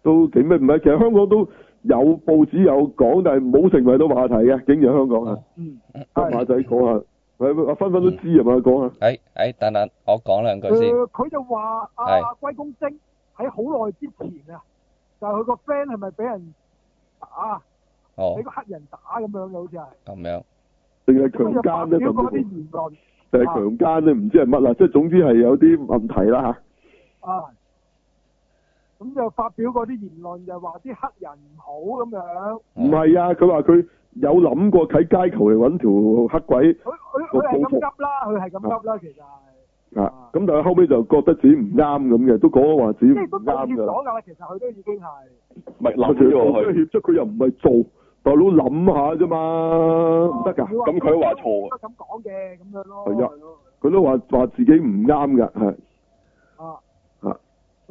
都幾咩唔係？其實香港都有報紙有講，但係冇成為到話題嘅，竟然喺香港啊！嗯，阿馬仔講下，係阿芬芬都知啊嘛，講下誒誒，等等，我講兩句先。誒呃佢就話阿龜公精喺好耐之前啊，就係佢個 friend 係咪俾人打，哦俾，個黑人打咁樣嘅好似係，咁樣。定係咁強啊就發姦咧，表甚嗰啲啊至言論定係強姦咧，唔知係乜啦，即係總之係有啲問題啦嚇。啊，咁就發表嗰啲言論就話啲黑人唔好咁樣，唔係啊，佢話佢有諗過喺街球嚟揾條黑鬼佢佢佢係咁噏啦，佢係咁噏啦，其實係。啊，咁但係後尾就覺得自己唔啱咁嘅，都講話自己即唔係都道啱歉㗎啦。咗㗎啦，其實佢都已經係。唔係嗱，諗其實咗講佢 [laughs] 真，協出佢又唔係做，大佬諗下啫嘛，唔得啊㗎。咁佢話錯應該咁講嘅咁樣咯。係啊係咯佢都話話自己唔啱㗎，係啊。啊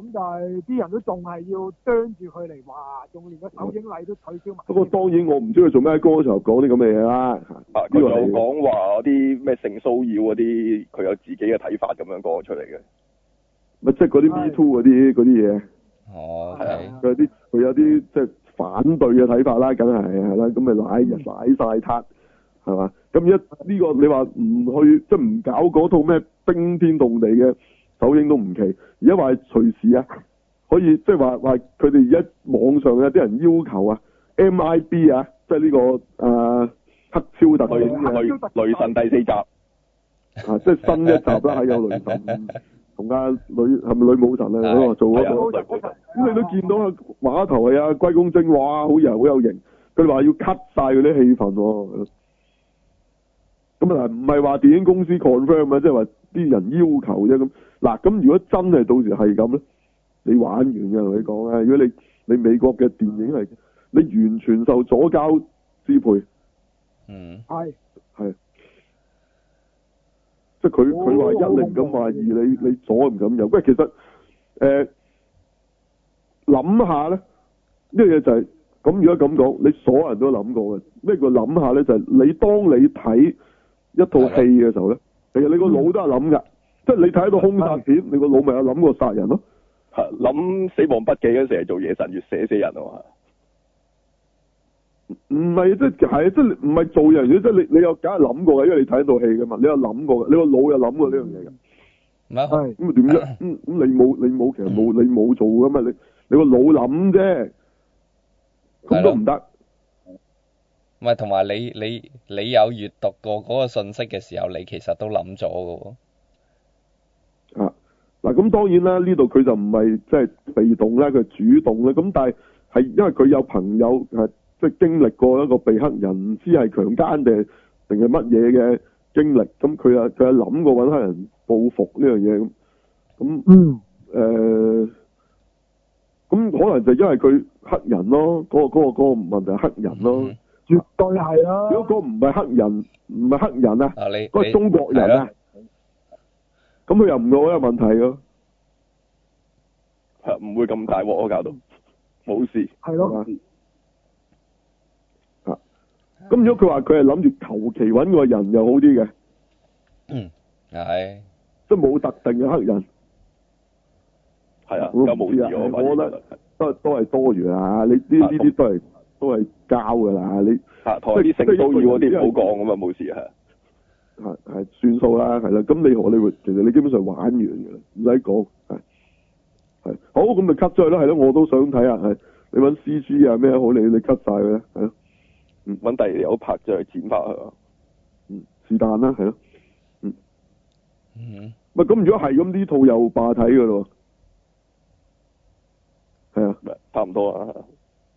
咁但係啲人都仲係要啄住佢嚟話，仲連個首映禮都取消埋。不過當然我唔知佢做咩喺歌嘅時候講啲咁嘅嘢啦。啊呢個佢有係講話啲咩性騷擾嗰啲，佢有自己嘅睇法咁樣講出嚟嘅。咪即係嗰啲 Me Too 嗰啲嗰啲嘢，哦係，OK，啊佢有啲佢有啲即係反對嘅睇法啦，梗係係啦，咁咪奶嗯奶晒塔係嘛？咁一呢個你話唔去即係唔搞嗰套咩冰天動地嘅首映都唔奇，而家話係隨時啊，可以即係話話佢哋而家網上有啲人要求啊，MIB 啊，即係呢、個啊黑超特雷警嘅。雷雷神第四集，啊，即係新一集啦，係有雷 [laughs] 神同阿女係咪女武神啊？係嗰個做嗰係啊個，都就嗰陣咁你都見到啊，畫頭係啊，龜公精，哇，好型，好有型。佢哋話要 cut 晒佢啲戲份喎。咁啊，唔係話電影公司 confirm 啊，即係話啲人要求啫咁。嗱，咁如果真係到時係咁咧，你玩完嘅同你講啊啦。如果你你美國嘅電影係，你完全受左交支配，嗯，係係，即係佢哦佢話一零咁話二，你你左唔敢右。喂，其實誒諗、下咧，呢樣嘢就係、咁。如果咁講，你所有人都諗過嘅。咩叫諗下咧？就係、你當你睇一套戲嘅時候咧，其實你個腦都係諗㗎。即係你睇到兇殺片，你個腦咪有諗過殺人咯。係諗死亡筆記嗰陣時係做夜神越寫死人啊嘛。唔係即係係即係唔係做人嘅，即係你你有梗係諗過嘅，因為你睇套戲㗎嘛，你有諗過嘅，你個腦有諗過呢樣嘢㗎。唔係，係咁啊點啫？咁咁你冇你冇其實冇你冇做噶嘛？你你個腦諗啫，咁都唔得。唔係，同埋你你你有閱讀過嗰個信息嘅時候，你其實都諗咗嘅喎。啊！嗱，咁當然啦，呢度佢就唔係即係被動啦，佢主動啦。咁但係係因為佢有朋友係即係經歷過一個被黑人唔知係強姦定係定係乜嘢嘅經歷，咁佢啊佢啊諗過揾黑人報復呢樣嘢咁。咁嗯誒，咁、可能就因為佢黑人咯，嗰、個嗰、個嗰、個問題係黑人咯。嗯絕對係啦。如果嗰個唔係黑人，唔係黑人啊，啊，你嗰個你中國人啊，咁佢又唔會好有問題咯，係唔會咁大鑊啊，搞嗯到冇事。係係咯嘛，？啊，咁如果佢話佢係諗住求其揾個人又好啲嘅，係即係冇特定嘅黑人，係啊，我唔咁冇事知啊我反而我覺得都都係多餘啦。你呢呢啲都係都係交㗎啦。你啊，同埋啲性騷擾嗰啲唔好講咁啊，冇事啊。係啊係算數啦，係啦。咁你荷里活其實你基本上玩完㗎啦，唔使講係係好咁咪 cut 咗佢啦，係咯。我都想睇下係你揾 C G 啊咩好，你你 cut 晒佢啦，係咯。揾第二條友拍就嚟剪翻佢啊。嗯，是但啦，係咯。嗯咪咁如果係咁呢套又霸睇噶咯喎，係啊。咪差唔多啊，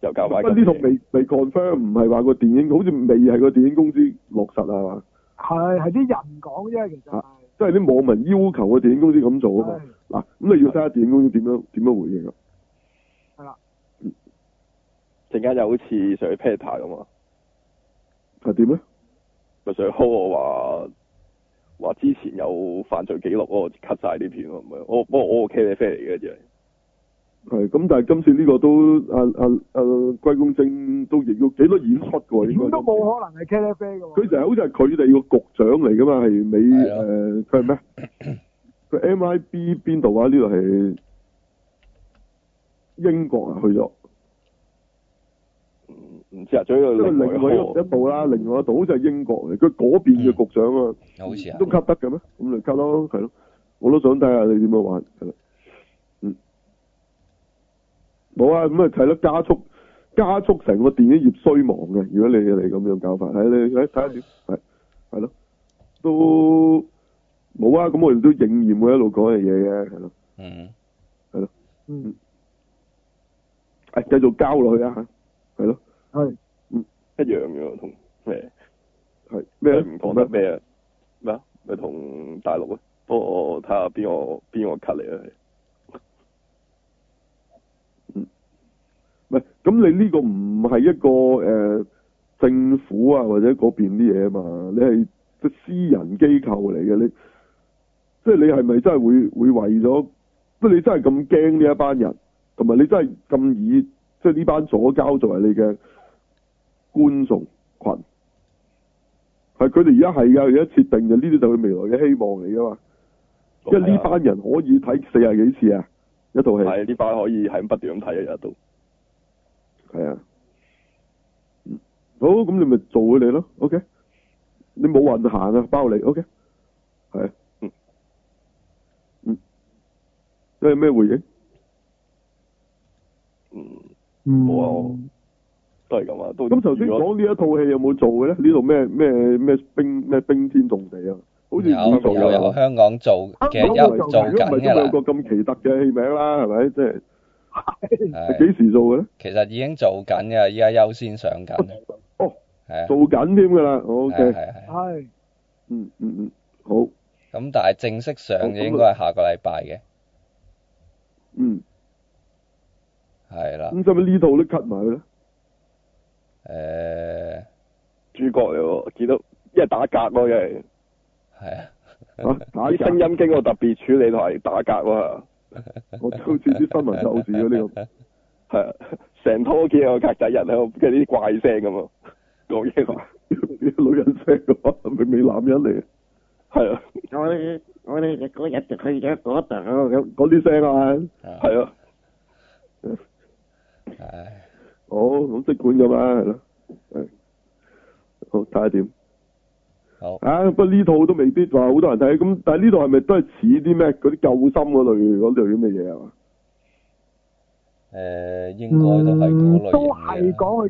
又不教埋。過呢套未未 confirm，唔係話個電影好似未係個電影公司落實啊係嘛，係係啲人講啫，其實係。即係啲網民要求個電影公司咁做啊嘛。嗱，咁你要睇下電影公司點樣點樣回應啊。陣間又好似上去 Peter 咁啊，係點咧？咪上去 call 我話話之前有犯罪記錄，我 cut 晒啲片喎，唔係我不過我 OK 你 friend 嚟嘅啫。係咁，但係今次呢個都阿阿阿龜公正都亦要幾多演出㗎喎，點應該都。冇可能係 k 啡嘅喎。佢就係好似係佢哋個局長嚟噶嘛，係美係啊誒佢係咩？ [coughs] 佢 MIB 邊度啊？呢度係英國啊，去咗知啊，總之因為另外另外一一個一部啦，另外一部好似係英國嚟，佢嗰邊嘅局長啊，好似係都吸得嘅咩？咁咪吸咯，係咯，我都想睇下你點樣玩，係啦，嗯，冇啊，咁啊係咯，加速加速成個電影業衰亡嘅，如果你你咁樣搞法，係你睇睇下點，係係咯，都冇啊，咁我哋都應驗佢一路講嘅嘢嘅，係咯，嗯，嗯，誒繼續交落去啊，係咯，係一樣嘅喎同咩？係咩咩唔講得？咩啊？咩啊？咪同大陸啊？不過我睇下邊個邊個 cut 嚟啊？唔係，咁你呢個唔係一個誒、呃政府啊或者嗰邊啲嘢啊嘛，你係即係私人機構嚟嘅，你即係你係咪真係會會為咗即係你真係咁驚呢一班人，同埋你真係咁以即係呢班左交作為你嘅觀眾群，係佢哋而家係㗎，而家設定就呢啲就係佢未來嘅希望嚟㗎嘛，因為呢班人可以睇四十幾次啊一套戲。係呢班可以係咁不斷咁睇啊，日都系啊，嗯好，咁你咪做佢哋咯，OK？你冇運行啊，包你，OK？系、啊，嗯嗯，你有咩回應？嗯冇啊我嗯，都係咁啊，都咁頭先如果講呢一套戲有冇做嘅咧？呢度咩咩咩冰咩冰天動地啊？好似冇有做有有香港做嘅有有做如果唔緊係㗎都有啦個，咁奇特嘅戲名啦，係咪？即係係幾時做嘅咧？其實已經做緊㗎，依家優先上緊。哦，係啊，做緊添㗎啦係，OK？啊係啊係啊係嗯嗯嗯，好，咁但係正式上哦咁就啊應該係下個禮拜嘅，嗯，係啦，咁使唔使呢套都 cut 埋佢咧？誒主角嚟喎，見到一係打格咯，一係係啊，啊，打啲聲音經過特別處理同埋打格喎，我就好似啲新聞透視嗰啲咁，係啊成拖見有個格仔人喺度，跟住啲怪聲咁啊，講嘢話 [laughs] 啲女人聲嘅話，明明男人嚟，係啊我哋我哋嗰日就去咗嗰度，咁嗰啊啲聲啊，係係啊， [laughs] 唉哦，咁即管咁啊，係咯，係好睇下點好啊？不過呢套都未必話好多人睇，咁但係呢度係咪都係似啲咩嗰啲救心嗰類嗰類咁嘅嘢係啊嘛？誒應該都係嗰嗯都類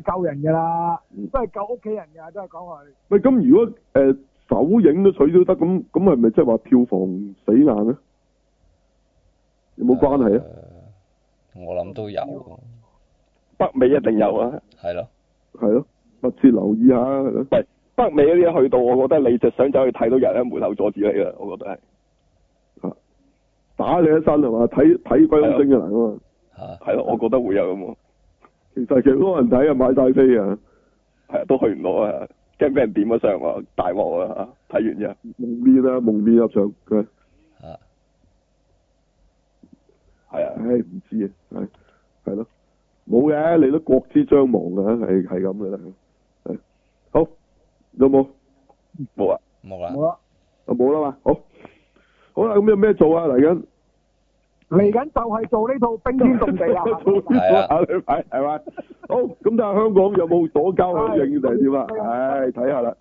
係講型嘅啦，佢救人㗎啦嗯，都係救屋企人㗎，都係講佢。喂，咁如果誒、呃首映都取消得，咁咁係咪即係話票房死硬咧？有冇關係啊？誒呃我諗都有，北美一定有啊，係咯，係咯，密切留意下係咯。喂，北美嗰啲去到，我覺得你就想走去睇到人喺門口阻止你啦，我覺得係。打你一身係嘛？睇睇鬼咁星嘅嚟啊嘛！嚇係咯，我覺得會有咁喎，其實其實多人睇啊，買晒飛啊，係啊，都去唔到啊，驚俾人點咗上啊，大鑊啊，睇完之後，蒙面啊，蒙面入場佢，嚇係啊，唉唔知啊，係係咯，冇嘅，你都國之將亡啊，係係咁嘅啦，係好有冇冇啊，冇啦。好啦，啊冇啦嘛，好好啦，咁有咩做啊嚟緊？嚟緊就係做呢套冰天 [laughs] 動地啦。做呢個下禮拜係嘛？好咁，但係香港有冇左交響應定係點啊？唉，睇下啦，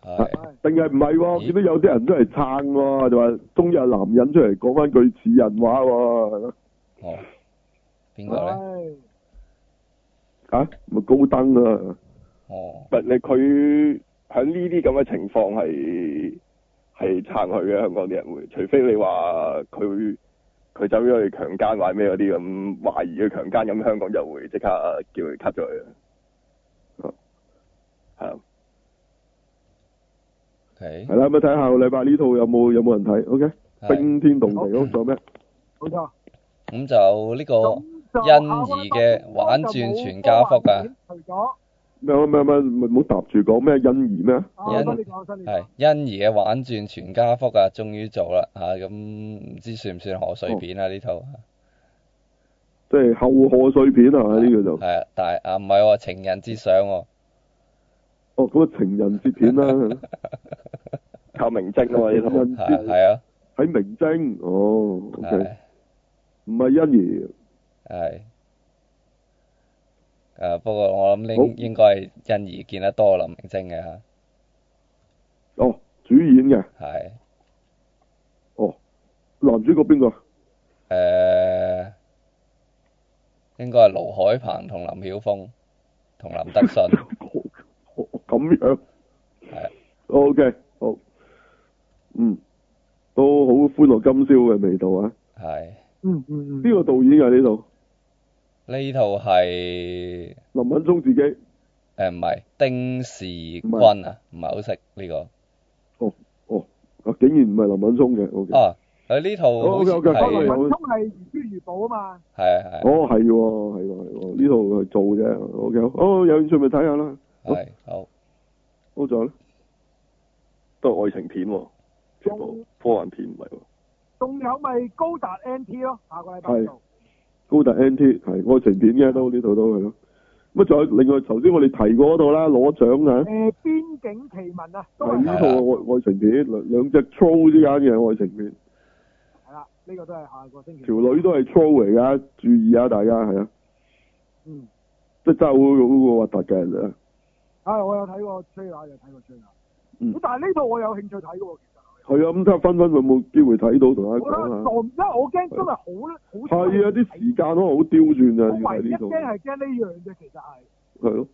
係定係唔係喎？見到有啲人都係撐喎，就話終於有男人出嚟講翻句似人話喎，係咯哦，邊個咧？係啊咪高登啊！哦，唔係你佢喺呢啲咁嘅情況係係撐佢嘅香港啲人會，除非你話佢佢走咗去強姦或者咩嗰啲咁懷疑佢強姦，咁香港就會即刻啊叫佢 cut 咗佢啊。係啊， OK，係啦，咁啊睇下個禮拜呢套有冇有冇人睇？OK，係冰天動地咁仲有咩？冇錯。咁就呢個就欣宜嘅玩轉全家福啊除咗咩咩咩咩唔好搭住講咩欣宜咩？啊，欣新你講，新你係講，欣宜嘅玩轉全家福啊，終於做啦嚇！咁唔知算唔算賀歲片啊？呢套即係後賀歲片係咪呢個就？係啊，但係啊唔係喎，情人之想喎，哦，咁啊情人節 [laughs] 片啦，靠明晶啊嘛呢情套，人係節係啊，喺明晶哦，OK，係唔係欣宜，係。啊，不過我諗好應應該係欣怡見得多林明晶嘅嚇，哦，主演嘅，係哦，男主角邊個？ [laughs] 誒應該係盧海鵬同林曉峰同林德 [laughs] 信哦咁樣係啊 O、k 好，嗯，都好歡樂今宵嘅味道啊！係嗯嗯呢、嗯，個導演啊嘅呢度，呢套係林敏聰自己，誒唔係丁士君啊，唔係好識呢個哦，啊竟然唔係林敏聰嘅，O K，哦，佢呢套好好似，OK，OK，不過林係係敏聰係如珠如寶啊嘛，係係哦係喎係喎係喎，呢度係做啫，O K，哦有興趣咪睇下啦，係好好仲有咧，都係愛情片喎，全部科幻片唔係喎。仲有咪高達 NT 咯，下個禮拜係做。高達 N T 係愛情片嘅都呢度都係咯，咁啊仲有另外頭先我哋提過嗰套啦，攞獎啊！誒邊呃境奇聞啊，都係係呢套愛愛情片，兩兩隻 troll 之間嘅愛情片，係啦，呢個都係下個星期。條女都係 troll 嚟噶，注意啊大家係啊，嗯，即係真係好好核突嘅，啊，我有睇過 trailer，有睇過 trailer。嗯但係呢套我有興趣睇嘅喎，其實。係啊，咁睇下分分有冇機會睇到同大家我覺得講下。撞，因為我驚真係好係好。啊，啲時間可能好刁鑽啊，要我睇唯一呢套驚係驚呢樣啫，其實係。係咯，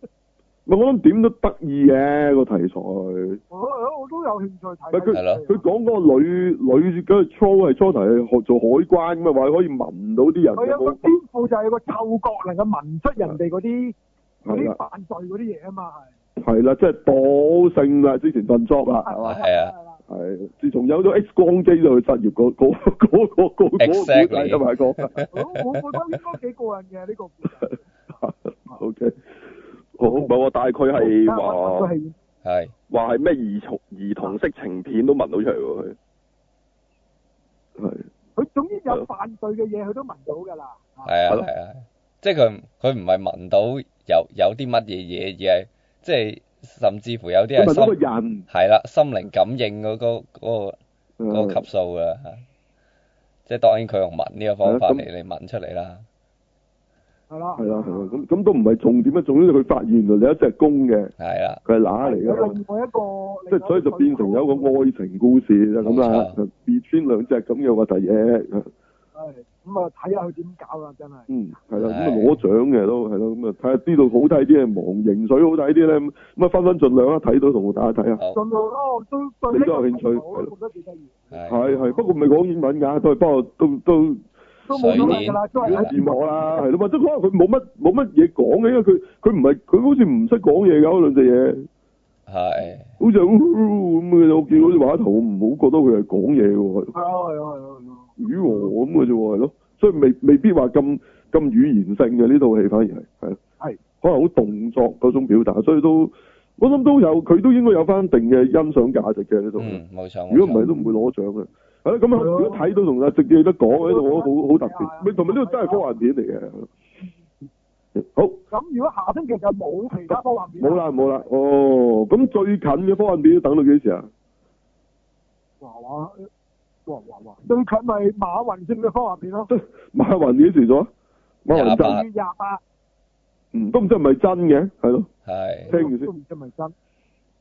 唔係我諗點都得意嘅個題材。我我我都有興趣睇。係佢係咯佢講嗰個女女嗰個 troll 係初頭係學做海關咁啊，話可以聞到啲人佢有有個冇天賦就係有個嗅覺能夠聞出人哋嗰啲嗰係啲啦犯罪嗰啲嘢啊嘛，係。係啦，即係賭性啦，之前燉 job 啦，係嘛？係係啊啦。係，自從有咗 X 光機就去失業嗰嗰嗰嗰嗰嗰個古仔 Exactly 啊嘛，講我我覺得應該幾過癮嘅呢個 [laughs] 故事。 O K，好，唔係喎，但係佢係我話係係話係咩兒童兒童色情片都聞到出嚟喎，佢係佢總之有犯罪嘅嘢，佢都聞到㗎啦。啊係啊係咯係啊，即係佢唔佢唔係聞到有有啲乜嘢嘢，而係即係甚至乎有啲佢係問到個心人係啦心靈感應嗰嗰嗰個。嗰係個級數㗎啦，嚇即係當然佢用文呢個方法係啊咁嚟嚟問出嚟啦，係啦。係啦係啦，咁咁都唔係重點啊，重點係佢發現原來有一隻公嘅，係啦，佢係乸嚟有㗎嘛另，外一個，即係所以就變成有一個愛情故事就咁啦冇錯，就 between 兩隻咁嘅核突嘢，啊係咁啊，睇下佢點搞啦，真係。嗯係啦，咁啊係攞獎嘅都係咯，咁啊睇下呢度好睇啲係忘形水好睇啲咧，咁咁啊分分盡量啦，睇到同大家睇下。好盡量咯，我都對你呢都個有興趣我都覺得幾得意，係係係，不過唔係講英文㗎，都係不過都都都冇所謂㗎啦，都係水喺面字幕啦，係咯，或者可能佢冇乜冇乜嘢講嘅，因為佢佢唔係佢好似唔識講嘢㗎嗰兩隻係嘢，好似係嗚嗷咁嘅，我見好似畫圖唔好覺得佢係講嘢嘅喎，係咯係咯係咯係咯，語和咁嘅啫喎，係咯，所以未未必話咁咁語言性嘅呢套戲反而係係係可能好動作嗰種表達，所以都我諗都有佢都應該有翻一定嘅欣賞價值嘅呢套。嗯冇錯冇如果唔係錯，都唔會攞獎嘅。係咯，咁啊，係如咯果睇到同阿直記得講喺度，我覺得好好特別。咪係啊同埋呢個真係科幻片嚟嘅。好，咁如果下星期就冇其他科幻片，冇啦冇啦，哦，咁最近嘅科幻片等到幾時啊？哇哇哇哇哇，最近咪馬雲先嘅科幻片咯，馬雲幾時咗？馬雲真廿八，二月廿八，嗯，都唔知係咪真嘅，係咯，係聽住都先，唔知係咪真。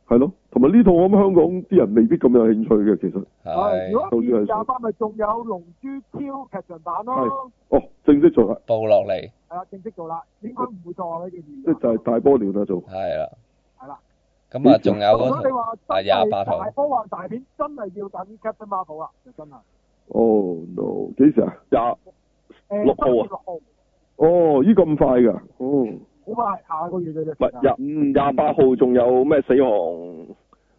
係咯。同埋呢套我諗香港啲人未必咁有興趣嘅，其實。係如係果二月廿八咪仲有《龍珠超》劇場版咯，哦，正式做啦，報落嚟係啦，正式做啦，應該唔會再呢件即係就係大波尿啦做。係啦，係啦。咁啊，仲有如嗰果你套話啊真係28號大科幻大片，真係要等 Captain Marvel 啊啦，就真係。哦，no，幾時啊？廿誒六號啊7月六號哦，依咁快㗎？哦，好快，下個月嘅啫。唔係廿嗯廿八號仲有咩死亡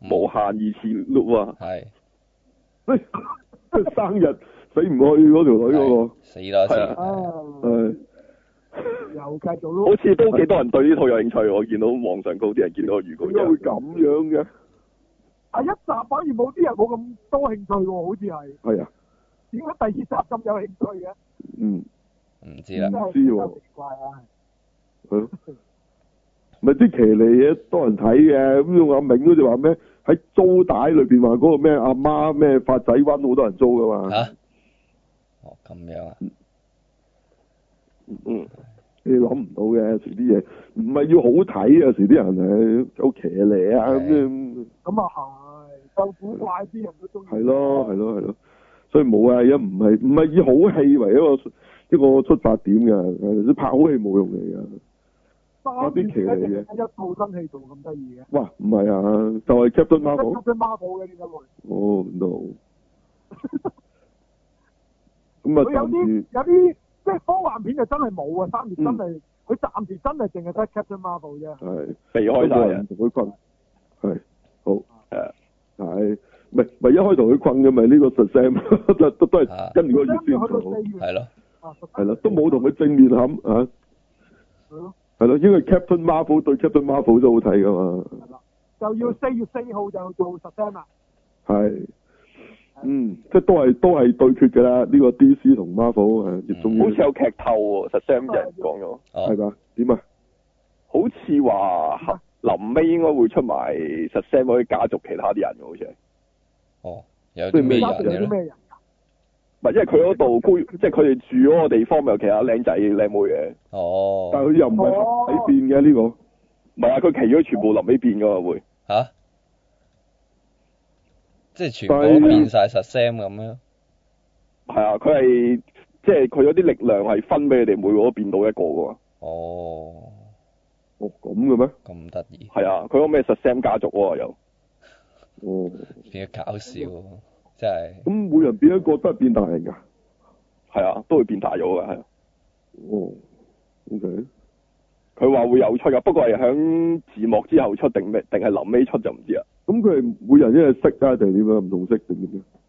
無限二次 loop 啊？係喂，哎生日死唔去嗰條女嗰個。死多次，係係啊，誒，又繼續好咯。嗯似都幾多人對呢套有興趣，我見到網上高啲人見到個預告點解會啫。咁樣嘅？啊第一集反而冇啲人冇咁多興趣喎，好似係。係啊，點解第二集咁有興趣嘅？嗯，唔知啦真，係唔知喎奇怪啊！係咯，咪啲騎呢嘢多人睇嘅，咁用阿銘好似話咩喺租帶裏邊話嗰個咩阿媽咩發仔灣好多人租噶嘛，嗯嚇，哦咁樣啊，嗯，你諗唔到嘅，有時啲嘢唔係要好睇，有時啲人係好騎呢啊咁樣。咁啊係，就古怪啲人都中意。係咯，係咯，係咯，所以冇啊，而家唔係唔係以好戲為一個一個出發點㗎，你拍好戲冇用嚟㗎。三月咧一套新戲做咁得意嘅。哇，唔係啊，就係、Captain 得 Marvel。 Captain Marvel 嘅點解會？哦，no。咁佢啊，有暫啲時有啲即係科幻片就真係冇啊！三月嗯真係佢暫時真係淨係得 Captain Marvel 啫。係避一開個晒啊啊人！同佢困，係好誒係，咪咪一開頭佢困嘅咪呢個 [laughs] Sam 都都都係啊跟住個月跟先住去到做，四月係咯，啊，十係啦，都冇同佢正面冚啊，係咯，係咯，因為 Captain Marvel 對 Captain Marvel 都好睇噶嘛，係啦，就要四月四號就做實 s 啦。係，嗯，即係都係都係對決㗎啦，呢個 DC 同 Marvel 啊係，亦終好於似有劇透喎，實 Sam 人講咗，哦係，嘛？點啊？好似話合臨尾應該會出埋實 Sam 嗰啲家族其他啲人喎，好似係。哦，有啲咩家仲有人啲嘅咧？咩人？唔係，因為佢嗰嗯度居，即係佢哋住嗰個地方，咪有其他靚仔靚妹嘅。哦，但係佢又唔係合體變嘅呢個。唔係啊，佢其咗全部臨尾變噶嘛會。吓？即係全部都變晒實 Sam 咁樣，係啊，佢係即係佢嗰啲力量係分俾佢哋每個都變到一個噶嘛。哦，哦，咁嘅咩？咁得意，係啊，佢嗰個咩實 Sam 家族喎又。哦，變咗搞笑，真係咁每人變一個都係變大人㗎。係啊，都會變大咗㗎。係啊哦，OK，佢話會有出㗎，不過係響字幕之後出定咩？定係臨尾出就唔知啊。咁佢係每人一隻色啊，定係點樣？唔同色定點樣？啊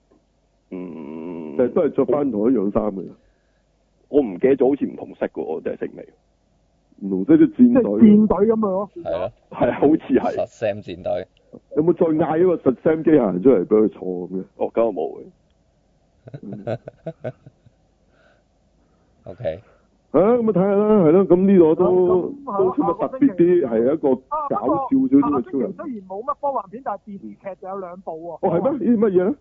嗯，但係都係着翻同一樣衫嘅，我唔記得咗，好似唔同色嘅喎，我真係識未？唔同色啲即戰隊。係戰隊咁樣咯。係咯， [laughs] 係啊好似係實。Sam 戰隊，有冇再嗌一個實 Sam 機械人出嚟俾佢坐咁嘅？哦，咁啊冇嘅。 OK，啊，咁啊睇下啦，係咯，咁呢個都啊咁都算係特別啲，係一個啊，不搞過笑少啲嘅超下星期人。雖然冇乜科幻片，但係電視劇就有兩部喎。哦，係咩？呢啲乜嘢咧？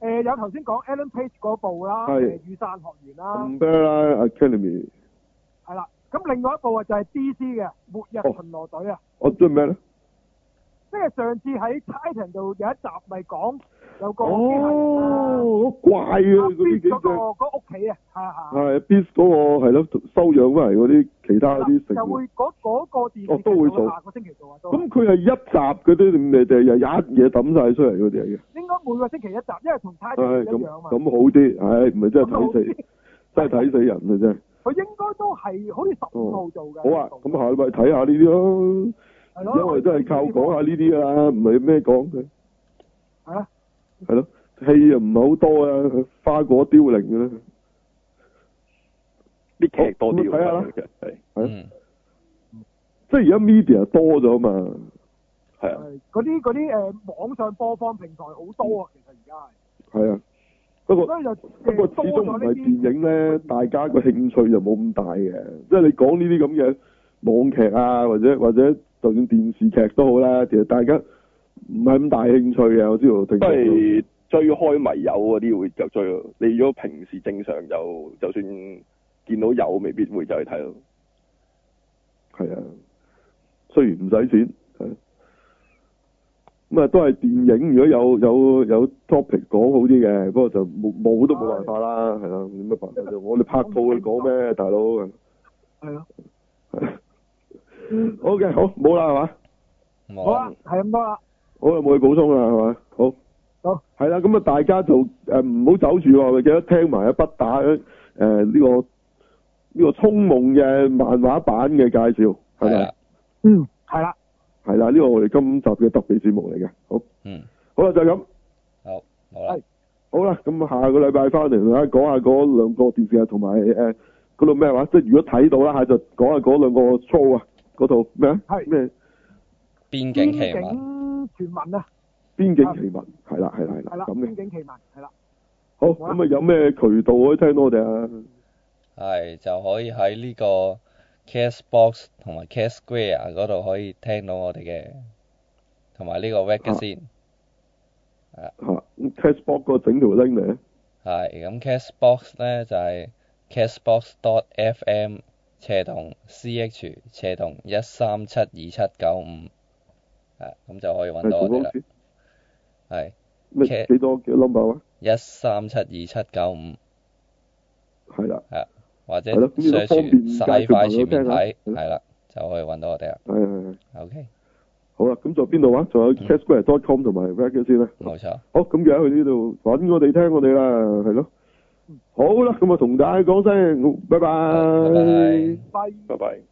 誒有頭先講 Alan Page 嗰部啦，係誒雨傘學員啦， Umbrella Academy，係啦。咁另外一部啊就係 DC 嘅末日巡邏隊啊，我追哦咩咧？即係上次喺 Titan 度有一集咪講有個機械人啊哦，好怪啊！阿嗰啲 B 幾嗰個隻。嗰屋企啊，係啊係啊。係 Beast 嗰個係咯，收養翻嚟嗰啊啲其他嗰啲成就員。啊會嗰嗰個電視劇哦都會做下個星期做啊，都咁佢係一集嗰啲定係定係一嘢抌晒出嚟嗰啲嚟嘅？應該每個星期一集，因為同 Titan 唉，一咁樣啊嘛咁。好啲，唉，唔係真係睇死，佢真係睇死人啊！真係。應該都係好似十五號做嘅。好啊，咁下禮拜睇下呢啲咯，係咯，因為真係靠講下呢啲㗎啦，唔係咩講嘅，係啊，係咯，戲又唔係好多啊，花果凋零嘅啦，啲劇多啲好咁咪喎睇下啦真係係嗯，即係而家 media 多咗嘛，係啊，係嗰啲嗰啲誒網上播放平台好多啊，其實而家係，係啊，不過。所以就不過誒始終多唔咗呢係啲電影咧，大家個興趣就冇咁大嘅。即係你講呢啲咁嘅網劇啊，或者或者就算電視劇都好啦，其實大家唔係咁大興趣啊嘅。我知道聽都講係追開迷友嗰啲會就追咯。你如果平時正常就就算見到有，未必會就去睇咯。到係啊，雖然唔使錢，係啊咁啊都係電影。如果有有有 topic 講好啲嘅，不過就冇冇都冇辦法啦，係啦，有乜辦法啫？我哋拍套去講咩，大佬？係咯， O、k 好，冇啦係嘛？好冇啦啊，，係咁多啦，好啦，冇嘢補充啦，係嘛？好，好，係啦，咁啊，大家就誒唔好走住喎，記得聽埋一筆打誒呢、個呢、個衝夢嘅漫畫版嘅介紹，係係啊咪啦？，嗯，係啦，係啦，呢、個我哋今集嘅特別節目嚟嘅，好，嗯，好啦，就係咁，好，好啦係，好啦，咁啊下個禮拜翻嚟啦，講下嗰兩個電視劇同埋誒嗰度咩話，即係如果睇到啦嚇，就講下嗰兩個 show 啊，嗰套咩啊係咩邊境邊奇啊聞，境傳聞啊，邊境奇聞，係啦係啦係係啦，啦，咁嘅邊，境奇聞係啦，好，咁啊有咩渠道可以聽到我哋啊？係就可以喺呢個 Castbox 同埋 Cast Square 嗰度可以聽到我哋嘅，同埋呢個 w a g a z i n 吓、咁 Cashbox 嗰個整條 link 嚟咧，啊係咁 Castbox 咧就係、castbox.fm 斜洞 CH 斜洞一三七二七九五，係咁就可以揾到係我重複哋啦一。次係咩 Cat 幾多幾多 number 啊？一三七二七九五，係啦，或者係咯咁如果 search 方便介紹朋 sci 友 f 全面聽下嗯睇，係咯係啦，就可以揾到我哋啦。係係係。 OK，好啦，咁就邊度啊？仲有嗯 catsquare.com 同埋 r a c k 先啦。冇錯，好，咁而家去呢度揾我哋聽我哋啦，係咯。好啦，咁啊同大家講聲，拜好拜拜。拜。拜拜。